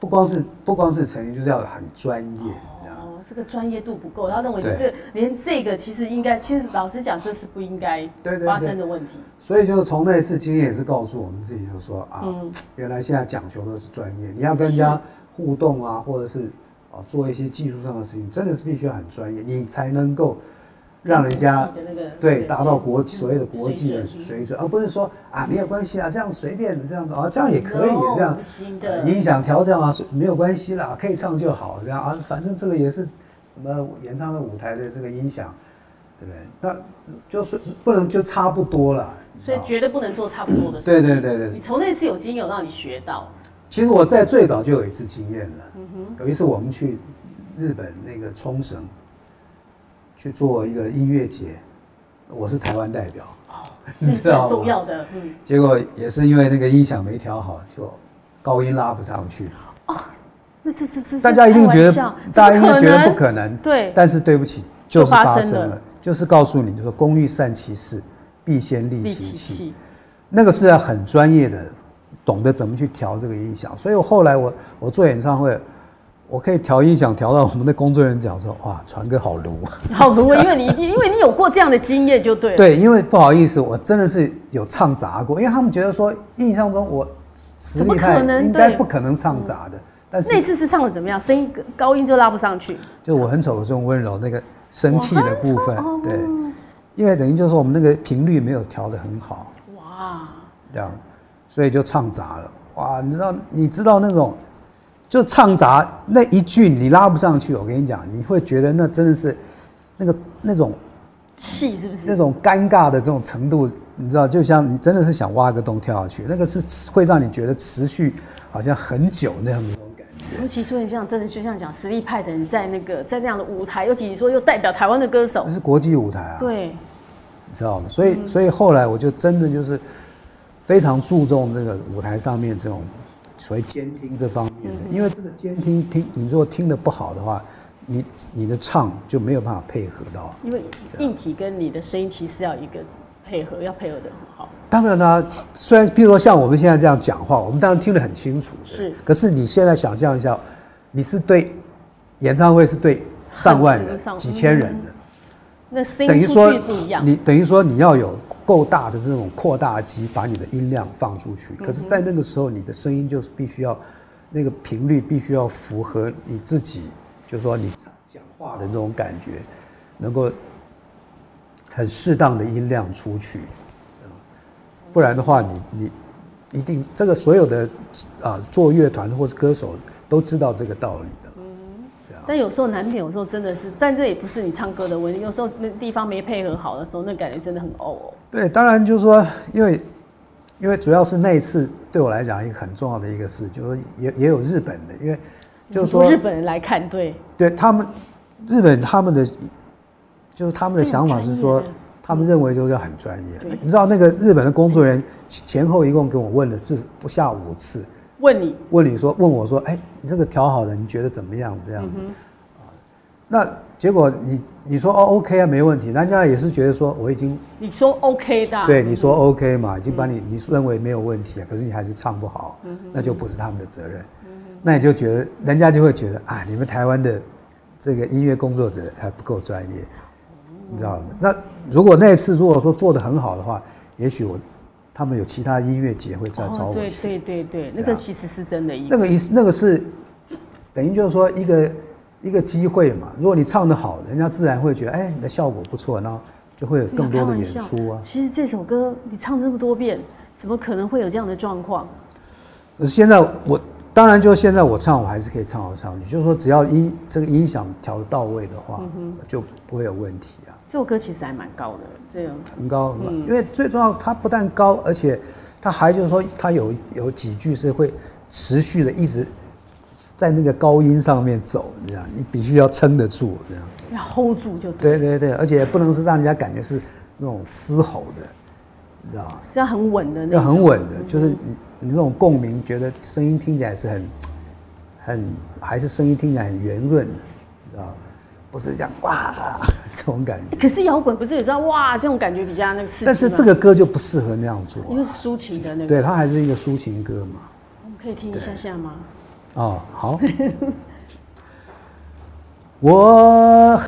Speaker 2: 不光是不光是诚意，就是要很专业这样。
Speaker 3: 哦，这个专业度不够，他认为你
Speaker 2: 对
Speaker 3: 这连这个其实应该，其实老实讲，这是不应该
Speaker 2: 对对对
Speaker 3: 发生的问题。
Speaker 2: 所以就是从那一次经验也是告诉我们自己，就是说啊，
Speaker 3: 嗯
Speaker 2: 原来现在讲求的是专业，你要跟人家互动啊，或者是啊做一些技术上的事情，真的是必须要很专业，你才能够让人家
Speaker 3: 自己的那个嗯
Speaker 2: 对，达到国所谓的国
Speaker 3: 水
Speaker 2: 际的
Speaker 3: 准
Speaker 2: 水准，而不是说啊没有关系啊，这样随便这样子啊，这样也可以
Speaker 3: No，
Speaker 2: 这样
Speaker 3: 不，行
Speaker 2: 呃
Speaker 3: 的，
Speaker 2: 音响调这样啊，是没有关系啦，可以唱就好，这样啊，反正这个也是什么演唱会舞台的这个音响，对不对？那就是不能就差不多了，你知
Speaker 3: 所以
Speaker 2: 道
Speaker 3: 绝对不能做差不多的事
Speaker 2: 对
Speaker 3: 情。
Speaker 2: 对对对
Speaker 3: 你，从那次有经有让你学到，
Speaker 2: 其实我在最早就有一次经验了，有一次我们去日本那个冲绳去做一个音乐节，我是台湾代表，
Speaker 3: 那
Speaker 2: 你知
Speaker 3: 是
Speaker 2: 道
Speaker 3: 很
Speaker 2: 吗
Speaker 3: 重要的。嗯，
Speaker 2: 结果也是因为那个音响没调好，就高音拉不上去。
Speaker 3: 那这这这
Speaker 2: 大家一定觉得，大家一定觉得不
Speaker 3: 可
Speaker 2: 可能，
Speaker 3: 对，
Speaker 2: 但是对不起，
Speaker 3: 就是
Speaker 2: 发
Speaker 3: 发生
Speaker 2: 了，就是告诉你，就说工欲善其事，必先利
Speaker 3: 力
Speaker 2: 其
Speaker 3: 气
Speaker 2: 器。
Speaker 3: 气，
Speaker 2: 那个是要很专业的，懂得怎么去调这个音响。所以我后来我我做演唱会，我可以调音响调到我们的工作人员讲说，哇，传哥好炉。
Speaker 1: 好如，因为你一定，因为你有过这样的经验，就对了。
Speaker 2: 对，因为不好意思，我真的是有唱砸过，因为他们觉得说印象中我实
Speaker 1: 怎么
Speaker 2: 力
Speaker 1: 可
Speaker 2: 派
Speaker 1: 能
Speaker 2: 应该
Speaker 1: 对嗯
Speaker 2: 不可能唱砸的，但
Speaker 1: 那
Speaker 2: 是
Speaker 1: 次是唱的怎么样？声音高音就拉不上去，
Speaker 2: 就我很丑的这种温柔那个生气的部分
Speaker 1: 哦，
Speaker 2: 对，因为等于就是说我们那个频率没有调得很好。
Speaker 3: 哇，
Speaker 2: 这样，所以就唱砸了。哇，你知道，你知道那种，就唱砸那一句你拉不上去，我跟你讲，你会觉得那真的是那个那种
Speaker 1: 气是不
Speaker 2: 那
Speaker 1: 是？
Speaker 2: 种尴尬的这种程度，你知道，就像你真的是想挖个洞跳下去，那个是会让你觉得持续好像很久那样子。
Speaker 3: 尤其说你这样，真的就像讲实力派的人在那个在那样的舞台，尤其你说又代表台湾的歌手
Speaker 2: 那，是国际舞台啊，
Speaker 3: 对，
Speaker 2: 你知道吗？所以，所以后来我就真的就是非常注重这个舞台上面这种所谓监听这方面的，因为这个监听听，你如果听得不好的话，你你的唱就没有办法配合到。
Speaker 3: 因为
Speaker 2: 啊
Speaker 3: 硬体跟你的声音其实要一个配合，要配合的很好。
Speaker 2: 当然啦、虽然比如说像我们现在这样讲话，我们当然听得很清楚，
Speaker 3: 是。
Speaker 2: 可是你现在想象一下，你是对演唱会是对上万人
Speaker 3: 上上、
Speaker 2: 几千人的，
Speaker 3: 那声
Speaker 2: 等
Speaker 3: 音
Speaker 2: 于
Speaker 3: 出
Speaker 2: 说
Speaker 3: 去不一样，
Speaker 2: 你等于说你要有够大的这种扩大机，把你的音量放出去。
Speaker 3: 嗯
Speaker 2: 可是，在那个时候，你的声音就是必须要那个频率必须要符合你自己，就是说你讲话的那种感觉，能够很适当的音量出去，嗯不然的话你，你一定这个所有的啊、做乐团或是歌手都知道这个道理的。
Speaker 3: 但有时候难免，有时候真的是，但这也不是你唱歌的问题。有时候那地方没配合好的时候，那感觉真的很哦哦。
Speaker 2: 对，当然就是说，因为因为主要是那一次对我来讲一个很重要的一个事，就是说也也有日本的，因为就是说
Speaker 3: 日本人来看，对，
Speaker 2: 对他们日本他们的就是他们的想法是说
Speaker 3: 这种专业的，
Speaker 2: 他们认为就是要很专业
Speaker 3: 对。
Speaker 2: 你知道那个日本的工作人员前后一共给我问了是不下五次，
Speaker 3: 问你
Speaker 2: 问你说问我说，哎，你这个调好了，你觉得怎么样？这样
Speaker 3: 嗯
Speaker 2: 子，啊那结果你你说哦 OK 啊，没问题，人家也是觉得说我已经
Speaker 3: 你说 OK 的啊、
Speaker 2: 对，你说 OK 嘛，已经把你你认为没有问题啊，可是你还是唱不好，
Speaker 3: 嗯
Speaker 2: 那就不是他们的责任。那你就觉得人家就会觉得啊，你们台湾的这个音乐工作者还不够专业，你知道吗？那如果那一次如果说做得很好的话，也许我他们有其他音乐节会再
Speaker 3: 哦，
Speaker 2: 找我
Speaker 3: 对
Speaker 2: 去。
Speaker 3: 对对对，
Speaker 2: 这
Speaker 3: 那
Speaker 2: 样
Speaker 3: 个其实是真的一
Speaker 2: 那个意思，那个是等于就是说一个一个机会嘛。如果你唱得好，人家自然会觉得哎你的效果不错，然后就会有更多的演出啊。
Speaker 3: 其实这首歌你唱这么多遍，怎么可能会有这样的状况？
Speaker 2: 可是现在我当然就现在我唱我还是可以唱好唱，也就是说只要音这个音响调得到位的话，就不会有问题啊。
Speaker 3: 这首歌其实还蛮高的，这种
Speaker 2: 很高很高，因为最重要它不但高，而且它还就是说它有有几句是会持续的一直在那个高音上面走，这样你必须要撑得住这样。
Speaker 3: 要 hold 住就对，
Speaker 2: 对对对，而且不能是让人家感觉是那种嘶吼的，你知道吗？
Speaker 3: 是要很稳的那
Speaker 2: 要
Speaker 3: 种。
Speaker 2: 很稳的，就是你你那种共鸣，觉得声音听起来是很很还是声音听起来很圆润的，你知道吗不是这样哇这种感觉。
Speaker 3: 可是摇滚不是有时候哇这种感觉比较那个刺激吗
Speaker 2: 但是这个歌就不适合那样做啊、
Speaker 3: 因为是抒情的那个，
Speaker 2: 对，它还是一个抒情歌嘛。
Speaker 3: 我们可以听一下下吗？
Speaker 2: 哦，好。我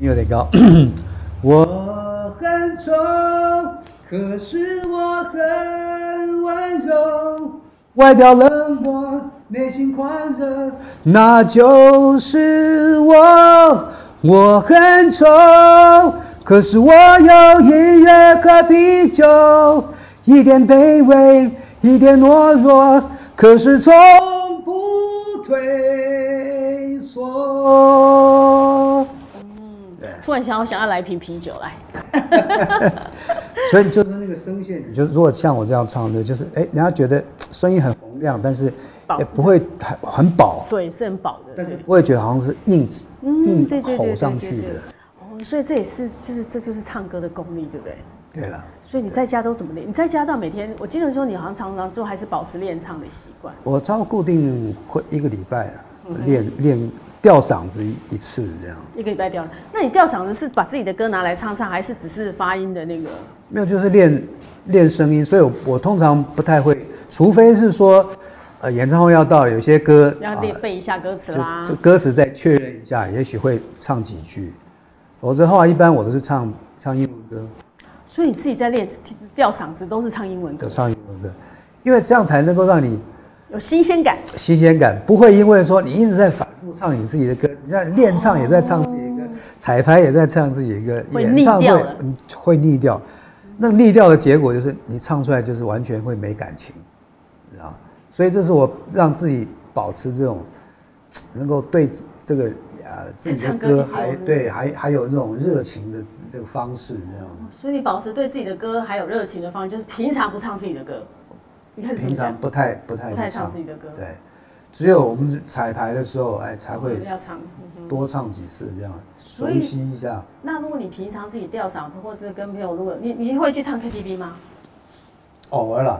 Speaker 2: 音有点高，我很丑，可是我很温柔，外表冷漠，内心狂热，那就是我。我很丑，可是我有音乐和啤酒，一点卑微，一点懦弱，可是从不退缩。
Speaker 3: 突然想要想要来一瓶啤酒来，
Speaker 2: 所以就是那个声线，你就是如果像我这样唱的，就是哎，人家觉得声音很洪亮，但是
Speaker 3: 饱
Speaker 2: 也不会很很饱，
Speaker 3: 对，是很饱的。
Speaker 2: 但是
Speaker 3: 对
Speaker 2: 不会觉得好像是硬吃
Speaker 1: 嗯对对对
Speaker 2: 硬吼
Speaker 1: 对对
Speaker 2: 上去的
Speaker 1: 对。
Speaker 3: 哦，所以这也是就是这就是唱歌的功力，对不对？
Speaker 2: 对了，
Speaker 3: 所以你在家都怎么练？你在家到每天，我记得说你好像常常就还是保持练唱的习惯。
Speaker 2: 我超固定会一个礼拜啊
Speaker 1: 嗯
Speaker 2: 练练吊嗓子一一次这样，
Speaker 3: 一个礼拜吊，那你吊嗓子是把自己的歌拿来唱唱，还是只是发音的那个？
Speaker 2: 没有就是练练声音，所以我我通常不太会，除非是说呃演唱会要到了，有些歌
Speaker 3: 要
Speaker 2: 啊
Speaker 3: 练背一下歌词
Speaker 2: 就
Speaker 3: 啦
Speaker 2: 这。歌词再确认一下，也许会唱几句。否则的话，一般我都是唱唱英文歌，
Speaker 3: 所以你自己在练吊嗓子都是唱英文歌
Speaker 2: 就，唱英文歌，因为这样才能够让你
Speaker 3: 有新鲜感。
Speaker 2: 新鲜感，不会因为说你一直在反复唱你自己的歌，你在练唱也在唱自己的歌，彩排也在唱自己的歌，
Speaker 3: 会
Speaker 2: 演唱
Speaker 3: 腻
Speaker 2: 会
Speaker 3: 掉了
Speaker 2: 嗯会腻掉。那腻掉的结果就是你唱出来就是完全会没感情，你知道吗所以这是我让自己保持这种能够对这个呃自己的
Speaker 3: 唱歌一
Speaker 2: 歌
Speaker 3: 直
Speaker 2: 还
Speaker 3: 有
Speaker 2: 对还还有这种热情的这个方式，你知道吗？
Speaker 3: 所以你保持对自己的歌还有热情的方式，就是平常不唱自己的歌。你开始怎么
Speaker 2: 平常
Speaker 3: 想？
Speaker 2: 不太不太
Speaker 3: 不
Speaker 2: 去
Speaker 3: 太唱自己的歌，
Speaker 2: 对，只有我们彩排的时候哎才会。
Speaker 3: 要唱。嗯
Speaker 2: 多唱几次这样，熟
Speaker 3: 所以
Speaker 2: 悉一下。
Speaker 3: 那如果你平常自己吊嗓子，或者是跟朋友，如果你你会去唱 KTV 吗？
Speaker 2: 偶尔啦，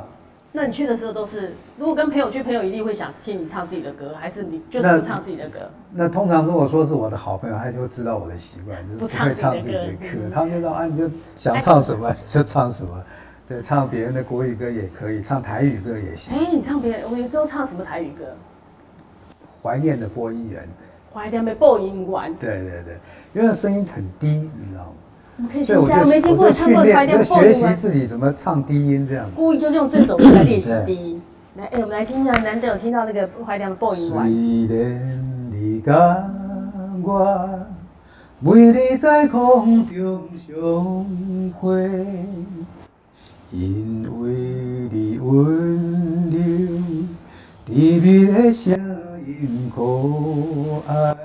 Speaker 3: 那你去的时候都是，如果跟朋友去，朋友一定会想听你唱自己的歌，还是你就是
Speaker 2: 那
Speaker 3: 不唱自己的歌？
Speaker 2: 那通常如果说是我的好朋友，他就知道我的习惯，就是
Speaker 3: 不
Speaker 2: 不会
Speaker 3: 唱
Speaker 2: 唱
Speaker 3: 自
Speaker 2: 自
Speaker 3: 己
Speaker 2: 己
Speaker 3: 的
Speaker 2: 的
Speaker 3: 歌
Speaker 2: 歌，他们就说啊，你就想唱什么 就唱什么，对，唱别人的国语歌也可以，唱台语歌也行
Speaker 3: 哎、。你唱别人，我有时候唱什么台语歌，
Speaker 2: 怀念的播音员，
Speaker 3: 我还点没报音完，
Speaker 2: 对对对，因为他声音很低，你知道吗？
Speaker 3: 我们可以
Speaker 2: 所以
Speaker 3: 听一
Speaker 2: 我
Speaker 3: 下。
Speaker 2: 就
Speaker 3: 没听过
Speaker 2: 我就
Speaker 3: 唱过
Speaker 2: 训
Speaker 3: 快
Speaker 2: 练，
Speaker 3: 点
Speaker 2: 就
Speaker 3: 报
Speaker 2: 学
Speaker 3: 音
Speaker 2: 习
Speaker 3: 完，
Speaker 2: 自己怎么唱低音这样。
Speaker 3: 故意就用这首歌来练习低音。来，哎、我们来听一下，难得有听到那个怀良的报音完。
Speaker 2: 虽然你甲我每日在空中相会，因为你温柔甜蜜的声音可爱，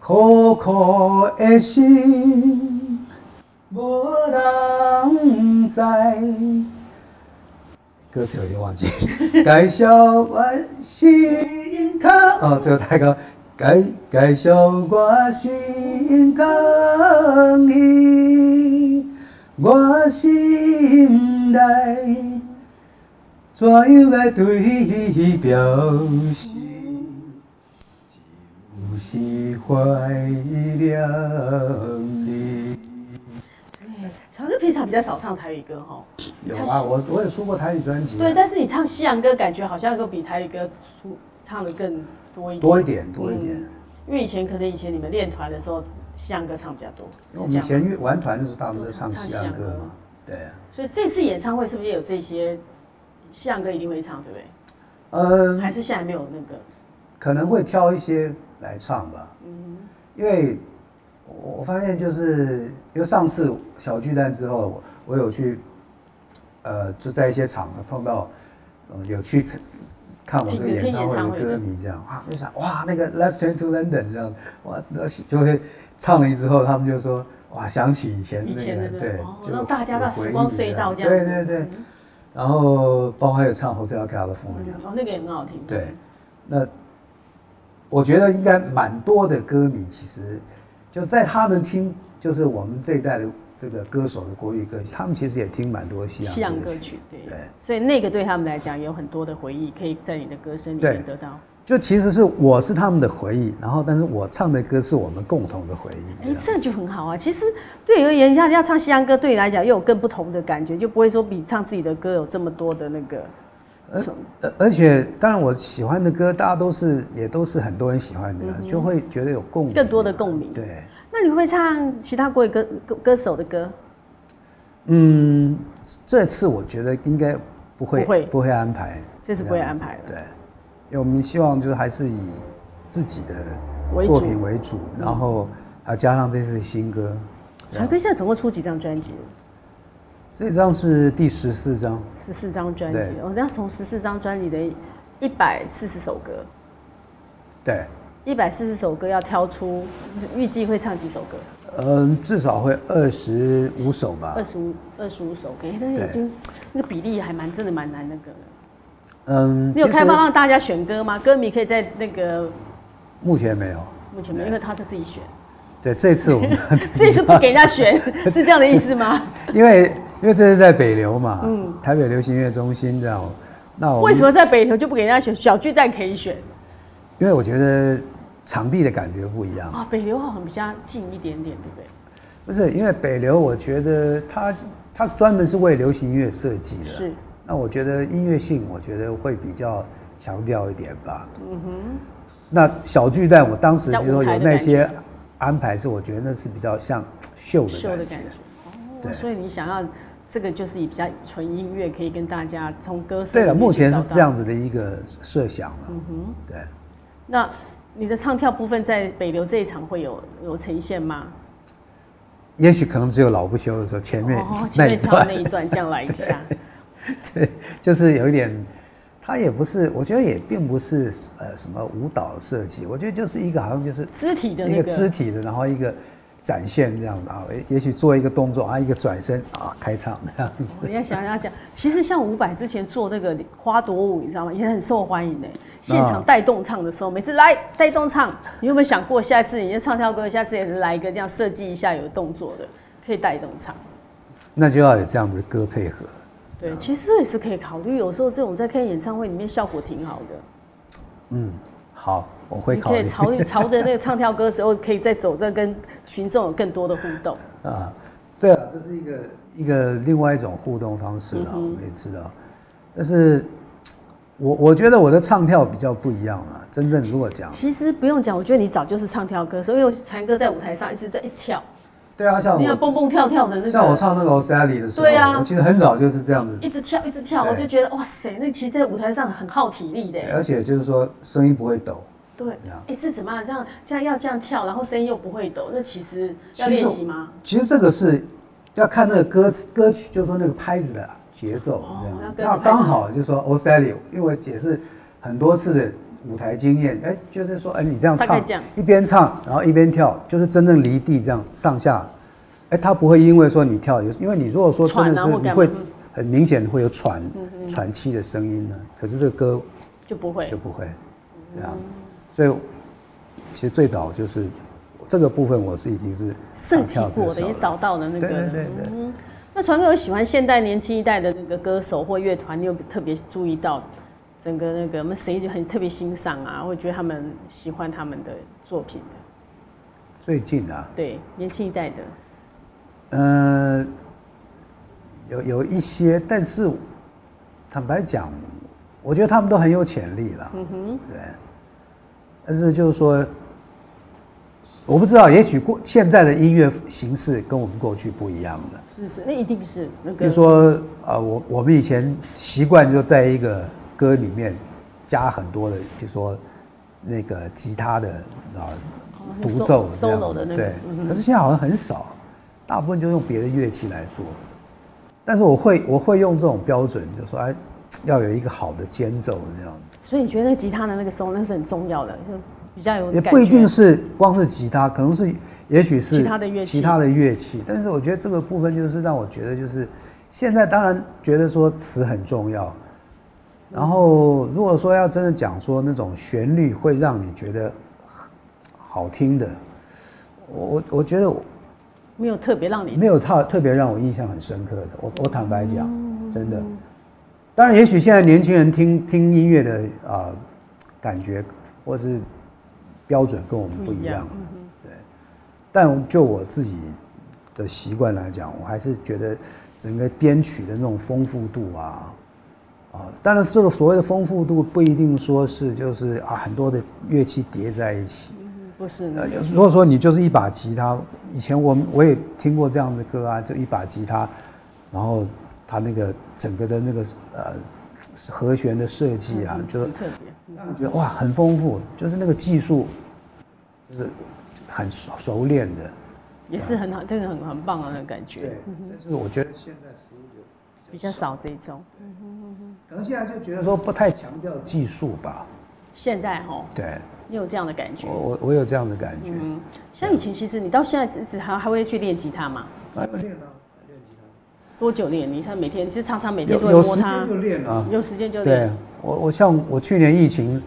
Speaker 2: 苦苦的心无人知。歌词有点忘记，介绍我是因卡哦，这个太高。介介绍我是因卡伊，我心内怎样来对伊表示？就是怀念
Speaker 3: 嗯
Speaker 2: 你。
Speaker 3: 小哥平常比较少唱台语歌哈，
Speaker 2: 有啊，我我也出过台语专辑啊，
Speaker 3: 对，但是你唱西洋歌，感觉好像说比台语歌出唱的更多一点。
Speaker 2: 多一点，多一点。
Speaker 3: 嗯因为以前可能以前你们练团的时候，西洋歌唱比较多，
Speaker 2: 因为我
Speaker 3: 是
Speaker 2: 们
Speaker 3: 这
Speaker 2: 以
Speaker 3: 样吗。
Speaker 2: 前玩团的时候，大部分都唱西洋歌嘛，对啊。
Speaker 3: 所以这次演唱会是不是也有这些西洋歌一定会唱，对不对？
Speaker 2: 嗯，
Speaker 3: 还是现在没有那个？
Speaker 2: 可能会挑一些来唱吧，
Speaker 3: 嗯，
Speaker 2: 因为我我发现就是因为上次小巨蛋之后，我有去，呃，就在一些场合碰到，呃，有去看我这个
Speaker 3: 听
Speaker 2: 演
Speaker 3: 听
Speaker 2: 唱会
Speaker 3: 演唱
Speaker 2: 的
Speaker 3: 会
Speaker 2: 歌
Speaker 3: 的
Speaker 2: 迷这样，哇，就想哇那个 Last Train to London 这样，哇，那就会唱了之后，他们就说哇，想起以前
Speaker 3: 以
Speaker 2: 那
Speaker 3: 前的
Speaker 2: 个
Speaker 3: 那
Speaker 2: 对
Speaker 3: 个，哦，
Speaker 2: 就
Speaker 3: 让大家
Speaker 2: 有
Speaker 3: 到
Speaker 2: 回
Speaker 3: 时
Speaker 2: 忆
Speaker 3: 光隧道这样
Speaker 2: 对
Speaker 3: 子。
Speaker 2: 对对，
Speaker 3: 嗯
Speaker 2: 然后包括还有唱 Hotel California，
Speaker 3: 嗯，哦，那个也很好听。
Speaker 2: 对，那我觉得应该蛮多的歌迷，其实就在他们听，就是我们这一代的这个歌手的国语歌曲，他们其实也听蛮多西
Speaker 3: 西
Speaker 2: 洋
Speaker 3: 洋
Speaker 2: 歌
Speaker 3: 歌
Speaker 2: 曲。
Speaker 3: 曲，对
Speaker 2: 对，
Speaker 3: 所以那个对他们来讲有很多的回忆，可以在你的歌声里
Speaker 2: 对啊
Speaker 3: 面得到。
Speaker 2: 就其实是我是他们的回忆，然后但是我唱的歌是我们共同的回
Speaker 3: 哎、
Speaker 2: 忆。这样
Speaker 3: 这样就很好啊。其实对你而言，像要唱西洋歌，对你来讲又有更不同的感觉，就不会说比唱自己的歌有这么多的那个。
Speaker 2: 呃
Speaker 3: 什么
Speaker 2: 而而且当然我喜欢的歌，大家都是也都是很多人喜欢的，啊就会觉得有共鸣，
Speaker 3: 嗯
Speaker 2: 啊
Speaker 3: 更多的共鸣
Speaker 2: 对，
Speaker 3: 那你会不会唱其他国语歌歌歌手的歌？
Speaker 2: 嗯，这次我觉得应该不会
Speaker 3: 不会
Speaker 2: 不会安排，
Speaker 7: 这次不会安排了。
Speaker 2: 对，因为我们希望就是还是以自己
Speaker 7: 为
Speaker 2: 的
Speaker 7: 主
Speaker 2: 作品为主，
Speaker 3: 嗯
Speaker 2: 然后还加上这次的新歌。啊
Speaker 3: 传哥现在总共出几张专辑？
Speaker 2: 这张是第十四张，
Speaker 3: 十四张专辑
Speaker 2: 对，
Speaker 3: 我那从十四张专辑的一百四十首歌，
Speaker 2: 对，
Speaker 3: 一百四十首歌要挑出，预计会唱几首歌？
Speaker 2: 嗯，至少会二十五首吧
Speaker 3: 二。十五二十五首歌，诶那
Speaker 2: 啊对
Speaker 3: 已经那个比例还蛮真的蛮难那个了。
Speaker 2: 嗯，
Speaker 3: 你有
Speaker 2: 其实
Speaker 3: 开放让大家选歌吗？歌迷可以在那个
Speaker 2: 目前没有。
Speaker 3: 目前没有，因为他都自己选，
Speaker 2: 对，这 次我们
Speaker 3: 这次不给人家选，是这样的意思吗？
Speaker 2: 因为因为这是在北流嘛，台北流行音乐中心这样。那我们
Speaker 3: 嗯为什么在北流就不给人家选？小巨蛋可以选
Speaker 2: 因为我觉得场地的感觉不一样。
Speaker 3: 啊，北流好像比较近一点点，对不对？
Speaker 2: 不是，因为北流，我觉得它它是专门是为流行乐设计的。
Speaker 3: 是。
Speaker 2: 那我觉得音乐性，我觉得会比较强调一点吧。嗯哼。那小巨蛋，我当时
Speaker 3: 比较
Speaker 2: 就说
Speaker 3: 舞台
Speaker 2: 有
Speaker 3: 的
Speaker 2: 那
Speaker 3: 感
Speaker 2: 些
Speaker 3: 觉
Speaker 2: 安排，是我觉得那是比较像秀的
Speaker 3: 秀
Speaker 2: 感
Speaker 3: 的
Speaker 2: 觉。
Speaker 3: 感觉。哦，
Speaker 2: 对
Speaker 3: 所以你想要这个就是以比较纯音乐，可以跟大家从歌声
Speaker 2: 对了，
Speaker 3: 里面
Speaker 2: 目前
Speaker 3: 去
Speaker 2: 是
Speaker 3: 找到
Speaker 2: 这。样子的一个设想了。嗯哼。对，
Speaker 3: 那你的唱跳部分在北流这一场会有有呈现吗？
Speaker 2: 也许可能只有老不休的时候，前面
Speaker 3: 哦，前
Speaker 2: 那一
Speaker 3: 面唱
Speaker 2: 段
Speaker 3: 那，一段这样来一下，
Speaker 2: 对，就是有一点，它也不是，我觉得也并不是呃什么舞蹈设计，我觉得就是一个好像就是
Speaker 3: 肢体的
Speaker 2: 一
Speaker 3: 那
Speaker 2: 个肢
Speaker 3: 个。
Speaker 2: 体的，然后一个展现这样的啊，也也许做一个动作啊，一个转身啊，开场这样。
Speaker 3: 我要想要讲，其实像伍佰之前做那个花朵舞，你知道吗？也很受欢迎呢。
Speaker 2: 嗯
Speaker 3: 现场带动唱的时候，每次来带动唱，你有没有想过下次你的唱跳歌，下次也来一个这样设计一下有动作的，可以带动唱？
Speaker 2: 那就要有这样子的歌配合。
Speaker 3: 对，其实也是可以考虑。有时候这种在看演唱会里面效果挺好的，
Speaker 2: 嗯，好，我会
Speaker 3: 你
Speaker 2: 考
Speaker 3: 可以
Speaker 2: 虑
Speaker 3: 朝朝着那个唱跳歌的时候，可以再走着跟群众有更多的互动。
Speaker 2: 啊。对啊，这是一个一个另外一种互动方式
Speaker 3: 嗯
Speaker 2: 啦，我们也知道。但是，我我觉得我的唱跳比较不一样啦。真正如果讲，
Speaker 3: 其实不用讲，我觉得你早就是唱跳歌手，因为传哥在舞台上一直在跳，
Speaker 2: 对啊，像
Speaker 7: 你看
Speaker 2: 我
Speaker 7: 蹦蹦跳跳的那个，
Speaker 2: 像我唱那个 Sally 的时候，
Speaker 7: 对啊
Speaker 2: 我其实很早就是这样子，
Speaker 7: 一直跳一直跳，
Speaker 2: 对
Speaker 7: 我就觉得哇塞，那其实在舞台上很耗体力的。
Speaker 2: 而且就是说声音不会抖。
Speaker 7: 对
Speaker 2: 这样，
Speaker 7: 哎，是怎么样？这样这样要这样跳，然后声音又不会抖，那其实要练习吗？
Speaker 2: 其实这个是要看那个歌词歌曲，就是说那个拍子的节奏
Speaker 7: 哦
Speaker 2: 这样。
Speaker 7: 要跟着拍
Speaker 2: 那
Speaker 7: 子
Speaker 2: 刚好就是说 O'Sally，因为我也是很多次的舞台经验，哎，就是说，哎，你这样
Speaker 3: 大概
Speaker 2: 唱
Speaker 3: 这样，
Speaker 2: 一边唱，然后一边跳，就是真正离地这样上下，哎，他不会因为说你跳，有因为你如果说真的
Speaker 3: 喘啊
Speaker 2: 是
Speaker 3: 或
Speaker 2: 你
Speaker 3: 干嘛
Speaker 2: 会
Speaker 3: 嗯
Speaker 2: 很明显会有喘喘气的声音呢，可是这个歌
Speaker 3: 就不会
Speaker 2: 就。不会这样，所以其实最早就是这个部分，我是已经是
Speaker 3: 盛
Speaker 2: 唱
Speaker 3: 起
Speaker 2: 跳歌
Speaker 3: 过的，
Speaker 2: 手
Speaker 3: 也
Speaker 2: 了
Speaker 3: 找到了那个。
Speaker 2: 对对对对
Speaker 3: 嗯那传哥有喜欢现代年轻一代的那个歌手或乐团，你有特别注意到整个那个我们谁就很特别欣赏啊，会觉得他们喜欢他们的作品的？
Speaker 2: 最近啊，
Speaker 3: 对，年轻一代的，
Speaker 2: 呃，有有一些，但是坦白讲，我觉得他们都很有潜力了。嗯哼，对。但是就是说，我不知道，也许过现在的音乐形式跟我们过去不一样了。
Speaker 3: 是是，那一定是那
Speaker 2: 比
Speaker 3: 个
Speaker 2: 如说，呃，我我们以前习惯就在一个歌里面加很多的，比如说那个吉他的啊
Speaker 3: 哦那
Speaker 2: 独
Speaker 3: solo-
Speaker 2: 奏这样
Speaker 3: solo 的那个嗯
Speaker 2: 对。可是现在好像很少，大部分就用别的乐器来做。但是我会我会用这种标准，就说哎，要有一个好的间奏这样子，
Speaker 3: 所以你觉得那吉他的那个 solo 那是很重要的，就比较有
Speaker 2: 也
Speaker 3: 感觉。
Speaker 2: 不一定是光是吉他，可能是也许是
Speaker 3: 其他的乐器
Speaker 2: 其他的乐器。但是我觉得这个部分就是让我觉得就是现在当然觉得说词很重要，然后如果说要真的讲说那种旋律会让你觉得很好听的，我我我觉得我
Speaker 3: 没有特别让你
Speaker 2: 没有特特别让我印象很深刻的。我我坦白讲，真的。当然，也许现在年轻人听听音乐的啊、呃感觉或是标准跟我们不一样，啊嗯对。但就我自己的习惯来讲，我还是觉得整个编曲的那种丰富度啊。啊，当然，这个所谓的丰富度不一定说是就是啊很多的乐器叠在一起，
Speaker 3: 不是那
Speaker 2: 呃
Speaker 3: 个，
Speaker 2: 如果说你就是一把吉他，以前我们我也听过这样的歌啊，就一把吉他，然后他那个整个的那个呃和弦的设计
Speaker 3: 嗯
Speaker 2: 啊，就
Speaker 1: 很特别。
Speaker 2: 让你觉得哇很丰富，就是那个技术，就是很熟熟练的。
Speaker 1: 也是很好，真的很很棒啊，那个感觉
Speaker 2: 啊对，但是我觉得现在食物就
Speaker 1: 比较少这一种。
Speaker 2: 可能现在就觉得说不太强调技术吧，
Speaker 1: 现在哈，
Speaker 2: 对
Speaker 1: 你有这样的感觉
Speaker 2: 我？我哦我有这样的感觉。
Speaker 1: 嗯，像以前其实你到现在只只还还会去练吉他嘛？
Speaker 2: 还有练啊，
Speaker 1: 多久练？你看每天是常常每天都
Speaker 2: 有
Speaker 1: 会
Speaker 2: 有
Speaker 1: 摸
Speaker 2: 时
Speaker 1: 它
Speaker 2: 间，就练啊。
Speaker 1: 有时间就练。
Speaker 2: 对我我像我去年疫情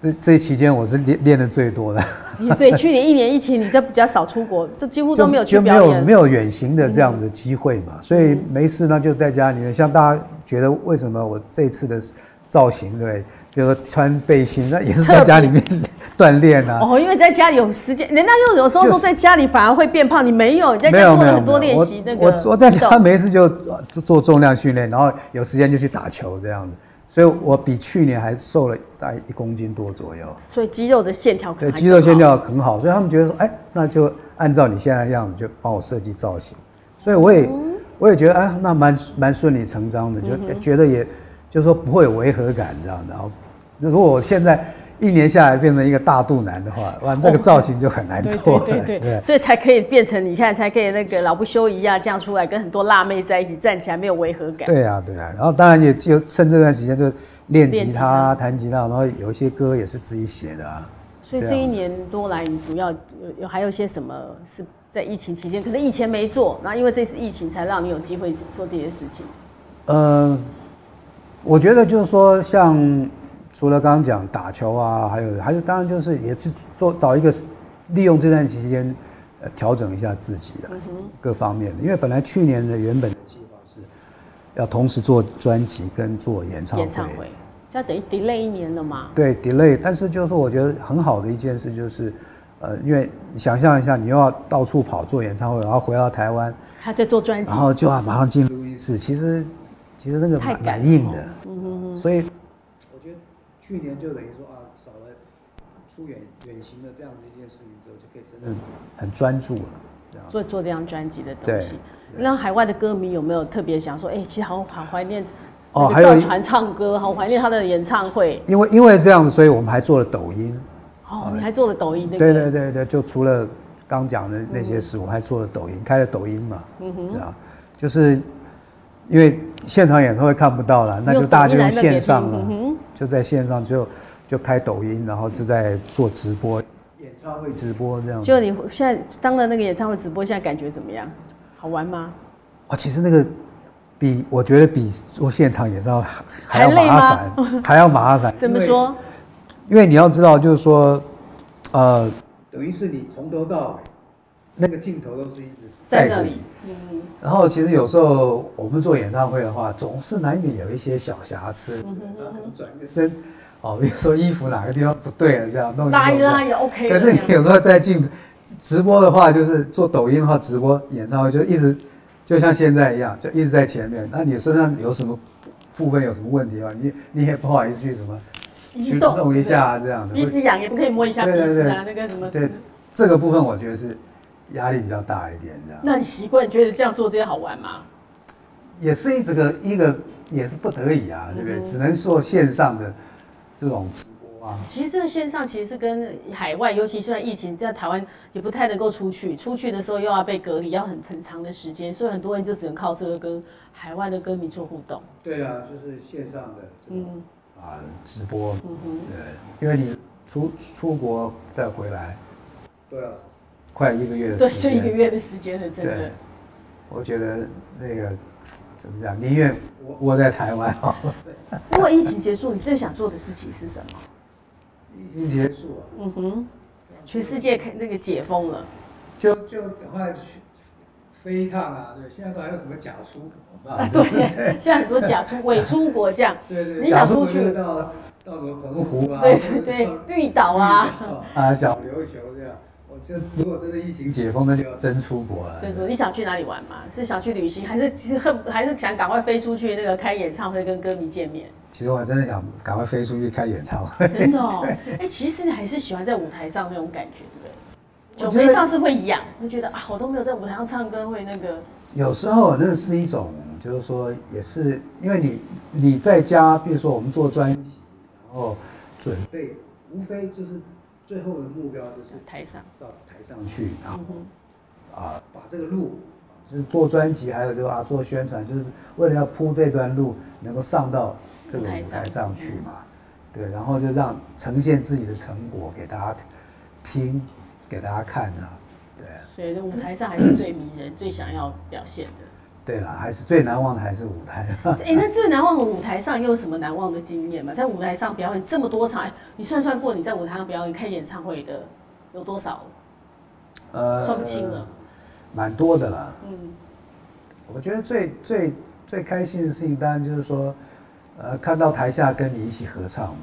Speaker 2: 这这期间我是练练的最多的，
Speaker 1: 你对，去年一年疫情，你都比较少出国，都几 乎都没有去
Speaker 2: 就没
Speaker 1: 表
Speaker 2: 有没
Speaker 1: 演。嗯
Speaker 2: 有远行的这样的机会嘛，所以没事呢就在家里面。像大家觉得为什么我这次的造型对不对，比如说穿背心，那也是在家里面 锻炼啊。
Speaker 1: 哦，因为在家里有时间，人家又有时候
Speaker 2: 就
Speaker 1: 说
Speaker 2: 是
Speaker 1: 在家里反而会变胖，你没有，你在
Speaker 2: 没
Speaker 1: 家
Speaker 2: 有
Speaker 1: 做
Speaker 2: 没
Speaker 1: 了
Speaker 2: 有
Speaker 1: 很多
Speaker 2: 没有
Speaker 1: 练习那个
Speaker 2: 我我我在家
Speaker 1: 运动
Speaker 2: 没事就做做重量训练，然后有时间就去打球这样子，所以我比去年还瘦了大概一公斤多左右。
Speaker 1: 所以肌肉的线条可
Speaker 2: 对，
Speaker 1: 能还
Speaker 2: 肌肉
Speaker 1: 更好
Speaker 2: 线。条很好，所以他们觉得说，哎，那就按照你现在的样子，就帮我设计造型。所以我也、
Speaker 1: 哦
Speaker 2: 我也觉得，哎，那蛮蛮顺理成章的，就、
Speaker 1: 嗯
Speaker 2: 觉得也就是说不会有违和感这样的。然后，如果我现在一年下来变成一个大肚腩的话，哇，这个造型就很难
Speaker 1: 哦对
Speaker 2: 做了。
Speaker 1: 对对对，所以才可以变成你看，才可以那个老不休一样这样出来，跟很多辣妹在一起站起来没有违和感。
Speaker 2: 对啊，对啊，然后当然也就趁这段时间就练
Speaker 1: 练
Speaker 2: 吉
Speaker 1: 吉
Speaker 2: 他、弹吉他，然后有一些歌也是自己写的啊。
Speaker 1: 所以
Speaker 2: 这
Speaker 1: 这一
Speaker 2: 样
Speaker 1: 年多来，你主要有有还有些什么是在疫情期间，可能以前没做，然后因为这次疫情才让你有机会做这些事情。
Speaker 2: 呃，我觉得就是说，像除了刚刚讲打球啊，还有还有，当然就是也是做找一个利用这段期间，呃，调整一下自己啊，
Speaker 1: 嗯
Speaker 2: 各方面的。因为本来去年的原本的计划是要同时做专辑跟做演唱会，
Speaker 1: 演唱会，这等于 delay 一年了嘛？
Speaker 2: 对 delay，但是就是说我觉得很好的一件事就是，呃，因为你想象一下，你又要到处跑做演唱会，然后回到台湾，
Speaker 1: 他在做专辑
Speaker 2: 然，后就要马上进录音室，其实其实那个
Speaker 1: 太
Speaker 2: 蛮
Speaker 1: 赶
Speaker 2: 蛮硬的
Speaker 1: 了，嗯哼哼，
Speaker 2: 所以我觉得去年就等于说啊，少了出远远行的这样的一件事情之后，就可以真的很专注了。这样
Speaker 1: 做做这张专辑的东
Speaker 2: 对
Speaker 1: 西。那海外的歌迷有没有特别想说，哎、其实好好怀念
Speaker 2: 哦
Speaker 1: 那个
Speaker 2: 还有
Speaker 1: 赵
Speaker 2: 一
Speaker 1: 传唱歌，好怀念他的演唱会。
Speaker 2: 因为因为这样子，所以我们还做了抖音。
Speaker 1: 哦，你还做了抖音那
Speaker 2: 对
Speaker 1: 个，
Speaker 2: 对对对，就除了刚讲的那些事，我还做了抖音，开了抖音嘛，
Speaker 1: 嗯
Speaker 2: 这样就是因为现场演唱会看不到了，啊那就大家就用线上了。
Speaker 1: 嗯
Speaker 2: 就在线上就就开抖音，然后就在做直播，演唱会直播这样
Speaker 1: 哼，
Speaker 2: 子。
Speaker 1: 就你现在当了那个演唱会直播，现在感觉怎么样？好玩吗？
Speaker 2: 哇，其实那个比我觉得比做现场演唱会还还
Speaker 1: 还
Speaker 2: 要
Speaker 1: 累
Speaker 2: 麻烦，还要麻烦。
Speaker 1: 怎么？说？
Speaker 2: 哎因为你要知道，就是说，呃，等于是你从头到尾那个镜头都是一直
Speaker 1: 在那
Speaker 2: 着
Speaker 1: 里
Speaker 2: 你。然后其实有时候我们做演唱会的话，总是难免有一些小瑕疵，
Speaker 1: 嗯
Speaker 2: 然后可能转个身，哦，比如说衣服哪个地方不对了，这样弄
Speaker 3: 拉
Speaker 2: 弄
Speaker 3: 一
Speaker 2: 这样
Speaker 3: 拉也 OK 的。
Speaker 2: 可是你有时候在进直播的话，就是做抖音的话，直播演唱会就一直就像现在一样，就一直在前面。那你身上有什么部分有什么问题啊？你你也不好意思去什么去
Speaker 3: 移动
Speaker 2: 弄一下啊这样的。
Speaker 3: 鼻子痒也不可以摸一下鼻
Speaker 2: 对对
Speaker 3: 子啊，那
Speaker 2: 对
Speaker 3: 个什么。
Speaker 2: 对，这个部分我觉得是压力比较大一点，这样
Speaker 3: 那你习惯觉得这样做这些好玩吗？
Speaker 2: 也是一这个一个也是不得已啊，对不对？只能做线上的这种直播啊。
Speaker 3: 其实这个线上其实是跟海外，尤其现在疫情，在台湾也不太能够出去，出去的时候又要被隔离，要很很长的时间，所以很多人就只能靠这个跟海外的歌迷做互动。
Speaker 2: 对啊，就是线上的这种
Speaker 3: 嗯
Speaker 2: 啊直播，
Speaker 3: 嗯哼，
Speaker 2: 对，因为你出出国再回来，都要快一个月
Speaker 3: 对
Speaker 2: 的，时
Speaker 3: 这一个
Speaker 2: 间。
Speaker 3: 月的时间是真的
Speaker 2: 对。，我觉得那个怎么讲，宁愿窝窝在台湾好了。
Speaker 3: 如果疫情结束，你最想做的事情是什么？
Speaker 2: 疫情结束啊，
Speaker 3: 嗯哼，全世界开那个解封了，
Speaker 2: 就就赶快去飞一趟啊！对，现在都还有什么假出国嘛？
Speaker 3: 对， 现在很多假出伪出国这样，
Speaker 2: 对对
Speaker 3: 哎你想出去
Speaker 2: 假国就是到到什么澎湖啊
Speaker 3: 对对对，绿岛啊，
Speaker 2: 啊，小琉球这样。我就如果真的疫情解封，那就要真出国了。
Speaker 3: 就是说你想去哪里玩嘛？是想去旅行，还是其实恨还是想赶快飞出去那个开演唱会跟歌迷见面？
Speaker 2: 其实我真的想赶快飞出去开演唱会。
Speaker 3: 真的哦， 哎、其实你还是喜欢在舞台上那种感觉，对
Speaker 2: 我
Speaker 3: 不对？
Speaker 2: 觉
Speaker 3: 久没
Speaker 2: 得
Speaker 3: 上是会痒，会觉得啊，我都没有在舞台上唱歌会那个，
Speaker 2: 有时候那是一种就是说也是因为你你在家，比如说我们做专辑，然后准备，无非就是最后的目标就是
Speaker 3: 台上，
Speaker 2: 到台上去，然后
Speaker 3: 嗯哼，
Speaker 2: 啊，把这个路，就是做专辑，还有就是啊做宣传，就是为了要铺这段路，能够上到这个舞台上去嘛。
Speaker 3: 嗯
Speaker 2: 对，然后就让呈现自己的成果给大家听，给大家看啊。对，
Speaker 3: 所以这舞台上还是最迷人、最想要表现的。
Speaker 2: 对了，还是最难忘的还是舞台。
Speaker 3: 哎、那最难忘的舞台上又有什么难忘的经验吗？在舞台上表演这么多场，哎你算算过你在舞台上表演开演唱会的有多少？
Speaker 2: 呃
Speaker 3: 算不清了。
Speaker 2: 蛮多的啦。
Speaker 3: 嗯，
Speaker 2: 我觉得最最最开心的事情，当然就是说，呃，看到台下跟你一起合唱嘛。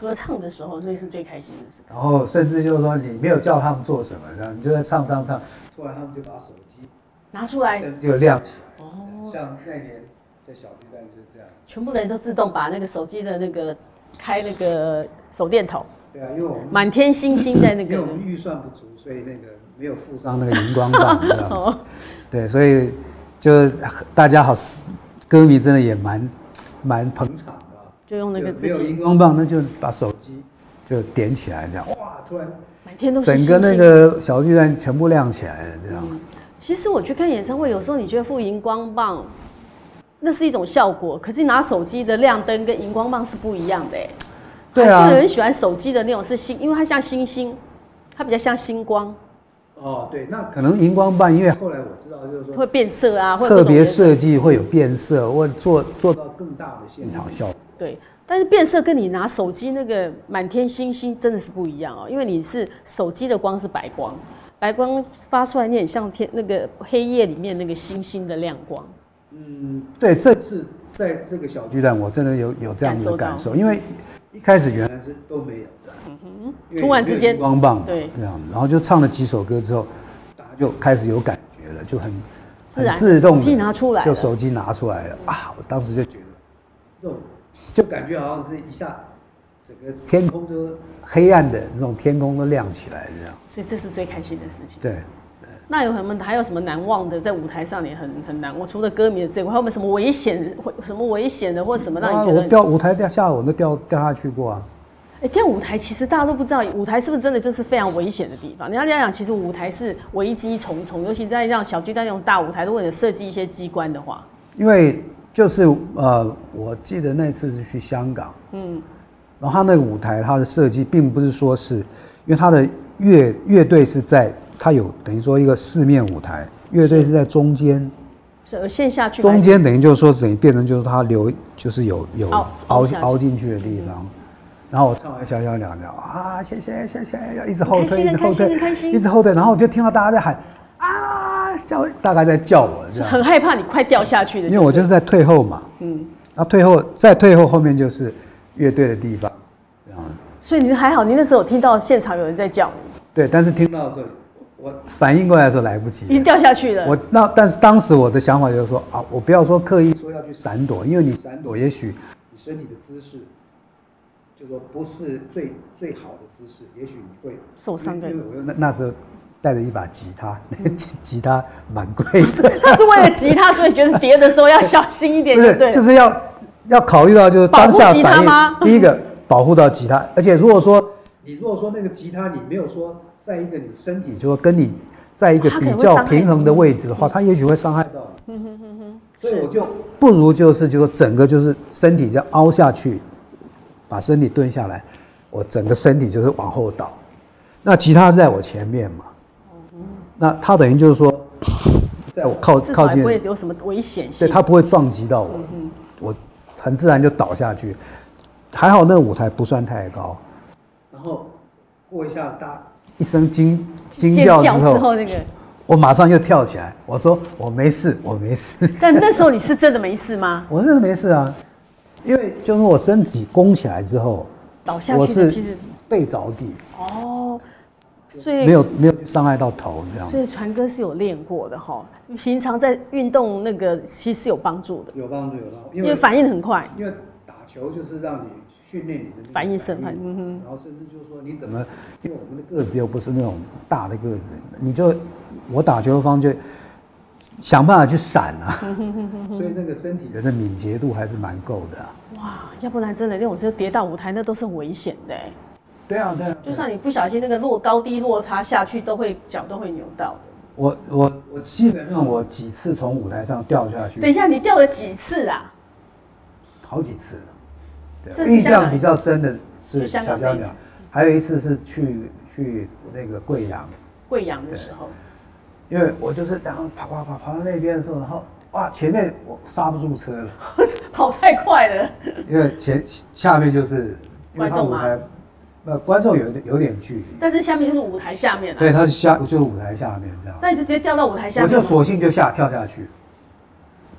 Speaker 3: 合唱的时候那是最开心的事。
Speaker 2: 然后甚至就是说你没有叫他们做什么，然后你就在唱唱唱，突然他们就把手机
Speaker 3: 拿出来，
Speaker 2: 灯就亮起来，
Speaker 3: 哎哦，
Speaker 2: 像那年在小巨蛋就是这样。
Speaker 3: 全部人都自动把那个手机的那个开那个手电筒，
Speaker 2: 对啊，因为我们
Speaker 3: 满天星星在那
Speaker 2: 因为
Speaker 3: 个
Speaker 2: 我。们预算不足，所以那个没有附上那个荧光棒，你知道
Speaker 3: 哦
Speaker 2: 吗对，所以就大家好，歌迷真的也蛮蛮捧场的啊。
Speaker 3: 就用那个
Speaker 2: 就
Speaker 3: 自
Speaker 2: 没有
Speaker 3: 己
Speaker 2: 荧光棒，那就把手机就点起来，这样哇，突然
Speaker 3: 每天都是
Speaker 2: 整个那
Speaker 3: 星星
Speaker 2: 个小巨蛋全部亮起来了，这样。
Speaker 3: 嗯其实我去看演唱会，有时候你觉得附荧光棒，那是一种效果，可是拿手机的亮灯跟荧光棒是不一样的哎。
Speaker 2: 对啊
Speaker 3: 还是有人喜欢手机的那种是星，因为它像星星，它比较像星光，
Speaker 2: 哦，对，那可能荧光棒，因为后来我知道就是说
Speaker 3: 会变色啊，会有
Speaker 2: 特
Speaker 3: 各种
Speaker 2: 别
Speaker 3: 颜色。
Speaker 2: 设计会有变色，或做做到更大的现场效果。
Speaker 3: 对，但是变色跟你拿手机那个满天星星真的是不一样哦，因为你是手机的光是白光，白光发出来你很像天那个黑夜里面那个星星的亮光。
Speaker 2: 嗯，对，这次在这个小巨蛋，我真的有有这样子的感
Speaker 3: 感受
Speaker 2: 受，因为一开始原来是都没有的，因为
Speaker 3: 嗯突然之间
Speaker 2: 没有荧光棒，
Speaker 3: 对
Speaker 2: 这样，然后就唱了几首歌之后，大家就开始有感觉了，就很
Speaker 3: 自然
Speaker 2: 很自动
Speaker 3: 手机
Speaker 2: 地
Speaker 3: 拿出来了
Speaker 2: 就手机拿出来了啊！我当时就觉得，那种就感觉好像是一下整个天空都黑暗的那种天空都亮起来这样，
Speaker 3: 所以这是最开心的事情。
Speaker 2: 对。
Speaker 3: 那有什么还有什么难忘的？在舞台上你很很难忘，除了歌迷的这一块，还有没有什么危险或什么危险的，或者什么让
Speaker 2: 啊，
Speaker 3: 你觉
Speaker 2: 我
Speaker 3: 得？
Speaker 2: 掉舞台掉下来，我都掉掉下去过啊。
Speaker 3: 哎、跳舞台其实大家都不知道，舞台是不是真的就是非常危险的地方？你要这样讲，其实舞台是危机重重，尤其在这样小巨蛋那种大舞台，如果你设计一些机关的话，
Speaker 2: 因为就是呃，我记得那次是去香港，
Speaker 3: 嗯，
Speaker 2: 然后他那个舞台，它的设计并不是说是，因为他的乐乐队是在它有等于说一个四面舞台，乐队是在中间，
Speaker 3: 所以陷下去
Speaker 2: 中间等于就是说等于变成就是它留就是有有
Speaker 3: 凹哦凹
Speaker 2: 凹
Speaker 3: 下去嗯
Speaker 2: 凹进去的地方。然后我唱完小小两两啊，谢谢谢谢，要一直后退，一
Speaker 3: 很
Speaker 2: 直
Speaker 3: 开
Speaker 2: 后
Speaker 3: 心很开心很
Speaker 2: 退
Speaker 3: 开，心
Speaker 2: 一直后退，然后我就听到大家在喊啊，叫大概在叫我这
Speaker 3: 是
Speaker 2: 样，
Speaker 3: 很害怕你快掉下去的，
Speaker 2: 因为我就是在退后嘛，
Speaker 3: 嗯，
Speaker 2: 那退后再退后，后面就是乐队的地方，然后
Speaker 3: 所以你还好，你那时候有听到现场有人在叫你，
Speaker 2: 对，但是听到的时候，我反应过来的时候来不及
Speaker 3: 已经
Speaker 2: 了。
Speaker 3: 掉下去了。
Speaker 2: 我那但是当时我的想法就是说啊，我不要说刻意说要去闪躲，因为你闪躲，也许你身体的姿势，就说不是最最好的姿势，也许你会
Speaker 3: 受伤对
Speaker 2: 因为我又那那时候带着一把吉他， 吉吉他蛮贵的，
Speaker 3: 他是为了吉 他，所以觉得叠的时候要小心一点，
Speaker 2: 不
Speaker 3: 对
Speaker 2: 是
Speaker 3: 不对了？
Speaker 2: 就是要要考虑到就是当下
Speaker 3: 保护吉他
Speaker 2: 反
Speaker 3: 吗
Speaker 2: 应，第一 个保护到吉他，而且如果说你如果说那个吉他你没有说在一个你身体就说跟你在一个
Speaker 3: 它可能
Speaker 2: 比
Speaker 3: 会
Speaker 2: 较
Speaker 3: 伤害
Speaker 2: 平衡的
Speaker 3: 你
Speaker 2: 位置的话，它也许会伤害到你。所以
Speaker 3: 是
Speaker 2: 我就不如就是就说整个就是身体这样凹下去，把身体蹲下来，我整个身体就是往后倒。那吉他是在我前面嘛，
Speaker 3: 哦
Speaker 2: 那它等于就是说，在我靠
Speaker 3: 至少
Speaker 2: 靠
Speaker 3: 也
Speaker 2: 近
Speaker 3: 不，会有什么危险性。
Speaker 2: 对，它不会撞击到
Speaker 3: 嗯
Speaker 2: 我，我很自然就倒下去。还好那个舞台不算太高，然后过一下大一声惊惊
Speaker 3: 尖
Speaker 2: 叫
Speaker 3: 叫
Speaker 2: 之
Speaker 3: 之
Speaker 2: 后，
Speaker 3: 后那个，
Speaker 2: 我马上就跳起来，我说我没事，我没事，
Speaker 3: 但那时候你是真的没事吗？
Speaker 2: 我真的没事啊，因为就是我身体弓起来之后，
Speaker 3: 倒下
Speaker 2: 我
Speaker 3: 去的
Speaker 2: 是
Speaker 3: 其实
Speaker 2: 背着地，
Speaker 3: 哦，所
Speaker 2: 没
Speaker 3: 以
Speaker 2: 有没有伤害到头这样
Speaker 3: 所以
Speaker 2: 子，
Speaker 3: 传哥是有练过的哈，平常在运动那个其实是有帮助的，
Speaker 2: 有帮助有帮助，
Speaker 3: 因为反应很快，
Speaker 2: 因为打球就是让你训练你的那个
Speaker 3: 反应是很快
Speaker 2: 反应
Speaker 3: 嗯哼
Speaker 2: 然后甚至就是说你怎么，因为我们的个子又不是那种大的个子，你就我打球的方就想办法去闪 啊，
Speaker 3: 嗯
Speaker 2: 所以那个身体人的敏捷度还是蛮够的啊、
Speaker 3: 哇，要不然真的那种就跌到舞台，那都是很危险的欸。
Speaker 2: 对啊，对啊。
Speaker 3: 就算你不小心那个落高低落差下去，都会脚都会扭到。
Speaker 2: 我我我基本上我几次从舞台上掉下
Speaker 3: 等一
Speaker 2: 去，
Speaker 3: 下，你掉了几次啊？
Speaker 2: 好几次。对啊
Speaker 3: 这是
Speaker 2: 印
Speaker 3: 香
Speaker 2: 象
Speaker 3: 港
Speaker 2: 比较深的是
Speaker 3: 是
Speaker 2: 小
Speaker 3: 香
Speaker 2: 小
Speaker 3: 港
Speaker 2: 鸟
Speaker 3: 这一次，
Speaker 2: 还有一次是去去那个贵阳，
Speaker 3: 贵阳的时候，
Speaker 2: 因为我就是这样跑跑跑跑到那边的时候，然后哇前面我刹不住车了，
Speaker 3: 跑太快了。
Speaker 2: 因为前下面就是因为它
Speaker 3: 观众
Speaker 2: 舞
Speaker 3: 吗
Speaker 2: 台，呃观众有一点有点距离，
Speaker 3: 但是下面就是舞台下面啊，
Speaker 2: 对，它是下就是舞台下面这样，
Speaker 3: 那你就直接掉到舞台下
Speaker 2: 我
Speaker 3: 面。
Speaker 2: 就索性就下跳下去。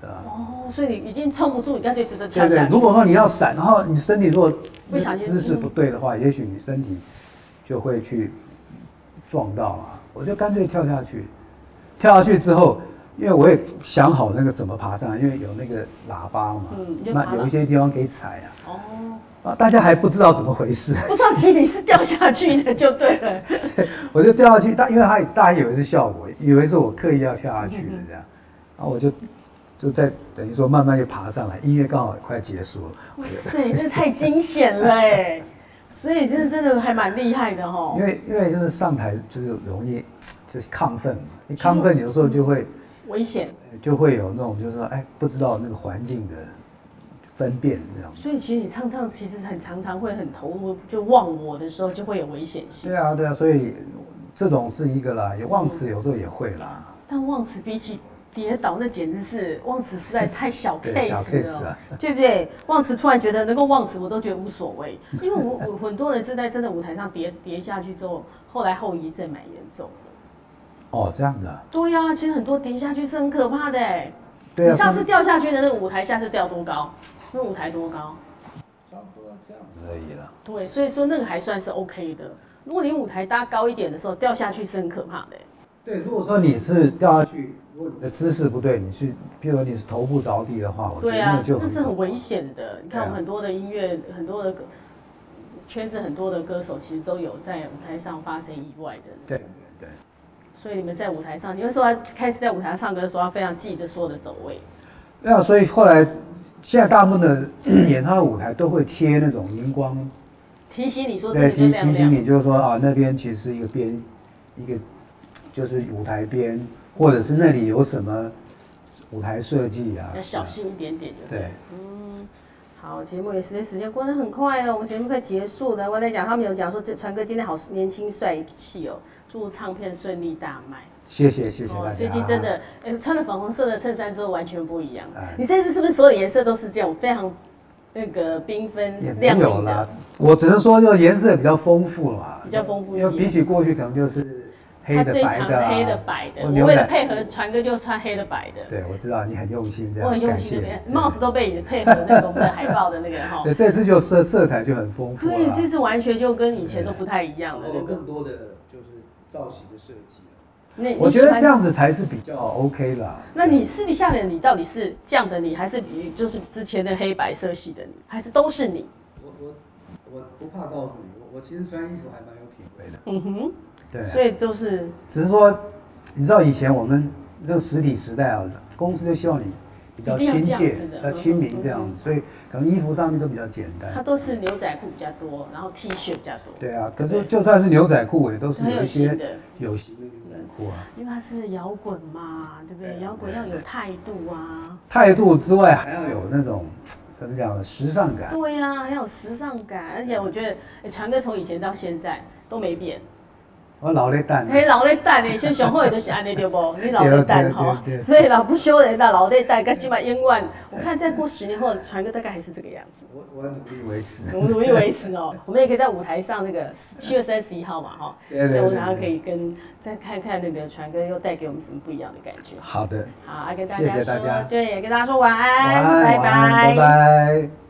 Speaker 3: 哦，所以你已经撑不住，你干脆直接
Speaker 2: 对
Speaker 3: 跳
Speaker 2: 不对
Speaker 3: 下？去。
Speaker 2: 如果说你要闪，然后你身体如果
Speaker 3: 不小心
Speaker 2: 姿势不对的话，也许你身体就会去撞到啊。我就干脆跳下去，跳下去之后，因为我也想好那个怎么爬上来，因为有那个喇叭嘛，
Speaker 3: 嗯你就爬
Speaker 2: 那
Speaker 3: 了
Speaker 2: 有一些地方可以踩啊。
Speaker 3: 哦，
Speaker 2: 啊，大家还不知道怎么回事，
Speaker 3: 不知道其实你是掉下去的就对了。
Speaker 2: 我就掉下去，大因为他大家以为是效果，以为是我刻意要跳下去的这
Speaker 3: 嗯
Speaker 2: 样，然后我就就在等于说慢慢就爬上来，音乐刚好快结束了，
Speaker 3: 哇塞，这太惊险了哎！所以真的真的还蛮厉害的哦
Speaker 2: 因。为因为就是上台就是容易就是亢奋嘛，一亢奋有时候就会
Speaker 3: 危险。
Speaker 2: 就会有那种就是说哎不知道那个环境的分辨这样。
Speaker 3: 所以其实你唱唱，其实很常常会很投入，就忘我的时候就会有危险性。
Speaker 2: 对啊对啊，所以这种是一个啦，也忘词有时候也会啦，
Speaker 3: 但忘词比起跌倒，那简直是忘词实在太小
Speaker 2: 对
Speaker 3: case
Speaker 2: 小
Speaker 3: 了，
Speaker 2: case 啊
Speaker 3: 对不对？忘词突然觉得能够忘词，我都觉得无所谓，因为我我很多人是在真的舞台上跌跌下去之后，后来后遗症蛮严重的。
Speaker 2: 哦这样子啊，
Speaker 3: 对呀、其实很多跌下去是很可怕的哎、
Speaker 2: 对啊，
Speaker 3: 你上次
Speaker 2: 是
Speaker 3: 掉下去的那个舞台，下次掉多高？那舞台多高？
Speaker 2: 差不多这样子而已了。
Speaker 3: 对，所以说那个还算是 OK 的。如果你舞台搭高一点的时候掉下去是很可怕的欸、
Speaker 2: 对，如果说你是掉下去，如果你的姿势不对，你去，譬如你是头部着地的话，我觉
Speaker 3: 对
Speaker 2: 得那
Speaker 3: 啊
Speaker 2: 个，就
Speaker 3: 那是
Speaker 2: 可
Speaker 3: 很危险的。你看
Speaker 2: 对啊啊
Speaker 3: 我们很多的音乐，很多的歌圈子，很多的歌手其实都有在舞台上发生意外的。
Speaker 2: 对对对。
Speaker 3: 所以你们在舞台上，你会说他开始在舞台上唱歌的时候，要非常记得说的走位。
Speaker 2: 那啊所以后来，现在大部分的 演唱会舞台都会贴那种荧光
Speaker 3: 提醒你说这个
Speaker 2: 对，
Speaker 3: 就
Speaker 2: 提
Speaker 3: 亮
Speaker 2: 提醒
Speaker 3: 亮，
Speaker 2: 你，就是说啊，那边其实是一个边，一个就是舞台边，或者是那里有什么舞台设计啊，
Speaker 3: 要小心一点点就对了
Speaker 2: 对。。
Speaker 3: 好，节目也时间时间过得很快哦，我们节目快结束了。我在讲，他们有讲说，这传哥今天好年轻帅气哦，祝唱片顺利大卖。哦
Speaker 2: 谢谢谢谢大家。啊
Speaker 3: 最近真的，哎、穿了粉红色的衬衫之后完全不一样。
Speaker 2: 哎
Speaker 3: 你这次是不是所有颜色都是这样，非常那个缤
Speaker 2: 也
Speaker 3: 纷
Speaker 2: 没
Speaker 3: 亮
Speaker 2: 有
Speaker 3: 丽
Speaker 2: 啦
Speaker 3: 的？，
Speaker 2: 我只能说就颜色比较丰富啦，
Speaker 3: 比较丰富一
Speaker 2: 因为
Speaker 3: 点
Speaker 2: 比起过去可能就是黑
Speaker 3: 他
Speaker 2: 的、
Speaker 3: 这一
Speaker 2: 白
Speaker 3: 场
Speaker 2: 的、啊、
Speaker 3: 黑的、白的，
Speaker 2: 或
Speaker 3: 我
Speaker 2: 牛
Speaker 3: 为了
Speaker 2: 奶。
Speaker 3: 配合传哥就穿黑的白的，
Speaker 2: 对，我知道你很用心，这
Speaker 3: 我很
Speaker 2: 样
Speaker 3: 用
Speaker 2: 感
Speaker 3: 心
Speaker 2: 谢啊
Speaker 3: 的，
Speaker 2: 对
Speaker 3: 帽子都被你配合那个我们的海报的那个 哈。
Speaker 2: 对，这次就色色彩就很丰富
Speaker 3: 所
Speaker 2: 了啊
Speaker 3: 以
Speaker 2: 啦。
Speaker 3: 这次完全就跟以前都不太一样了，那
Speaker 5: 有
Speaker 3: 个
Speaker 5: 更多的就是造型的设计啊了。
Speaker 3: 那你
Speaker 2: 我觉得
Speaker 3: 喜欢
Speaker 2: 这样子才是比较 OK 啊啦。
Speaker 3: 那你私底下的你到底是这样的你，还是比就是之前的黑白色系的你，还是都是你？
Speaker 5: 我我我不怕告诉你，我我其实穿衣服还蛮有品味的。
Speaker 3: 嗯哼，
Speaker 2: 对，
Speaker 3: 所以都是
Speaker 2: 只是说，你知道以前我们那个实体时代啊，公司就希望你比较亲
Speaker 3: 一定要这样
Speaker 2: 切
Speaker 3: 子、的嗯
Speaker 2: 比较亲民这样子，所以可能衣服上面都比较简单
Speaker 3: 它。 都是牛仔裤比较多，然后 T 恤比较多，
Speaker 2: 对啊，可是就算是牛仔裤，也都是
Speaker 3: 很
Speaker 2: 有
Speaker 3: 啊有
Speaker 2: 一
Speaker 3: 型
Speaker 2: 些
Speaker 3: 的。
Speaker 2: 有型的牛仔裤啊。
Speaker 3: 因为它是摇滚嘛，对不对？啊摇滚要有态度啊，
Speaker 2: 态度之外，还要有那种怎么讲呢？时尚感。
Speaker 3: 对啊呀、还有时尚感。而且我觉得，诶传哥从以前到现在都没变。
Speaker 2: 我老泪蛋啊，
Speaker 3: 嘿，老泪蛋欸呢，像上好的就是安嗯 尼对啊不？你老泪蛋吼
Speaker 2: 对对对对，
Speaker 3: 所以老不休的那老泪蛋，跟起码永远，我看再过十年后，传哥大概还是这个样子。
Speaker 5: 我我要努力。
Speaker 2: 维持。
Speaker 3: 我们努力维持哦，我们也可以在舞台上那个七月三十一号嘛哈，
Speaker 2: 对对对
Speaker 3: 所以我们然后可以跟再看看那个传哥又带给我们什么不一样的感觉。啊
Speaker 2: 好的，
Speaker 3: 好，来跟大家说，
Speaker 2: 谢谢大家
Speaker 3: 对，跟大家说晚安，
Speaker 2: 晚安，晚安，拜拜。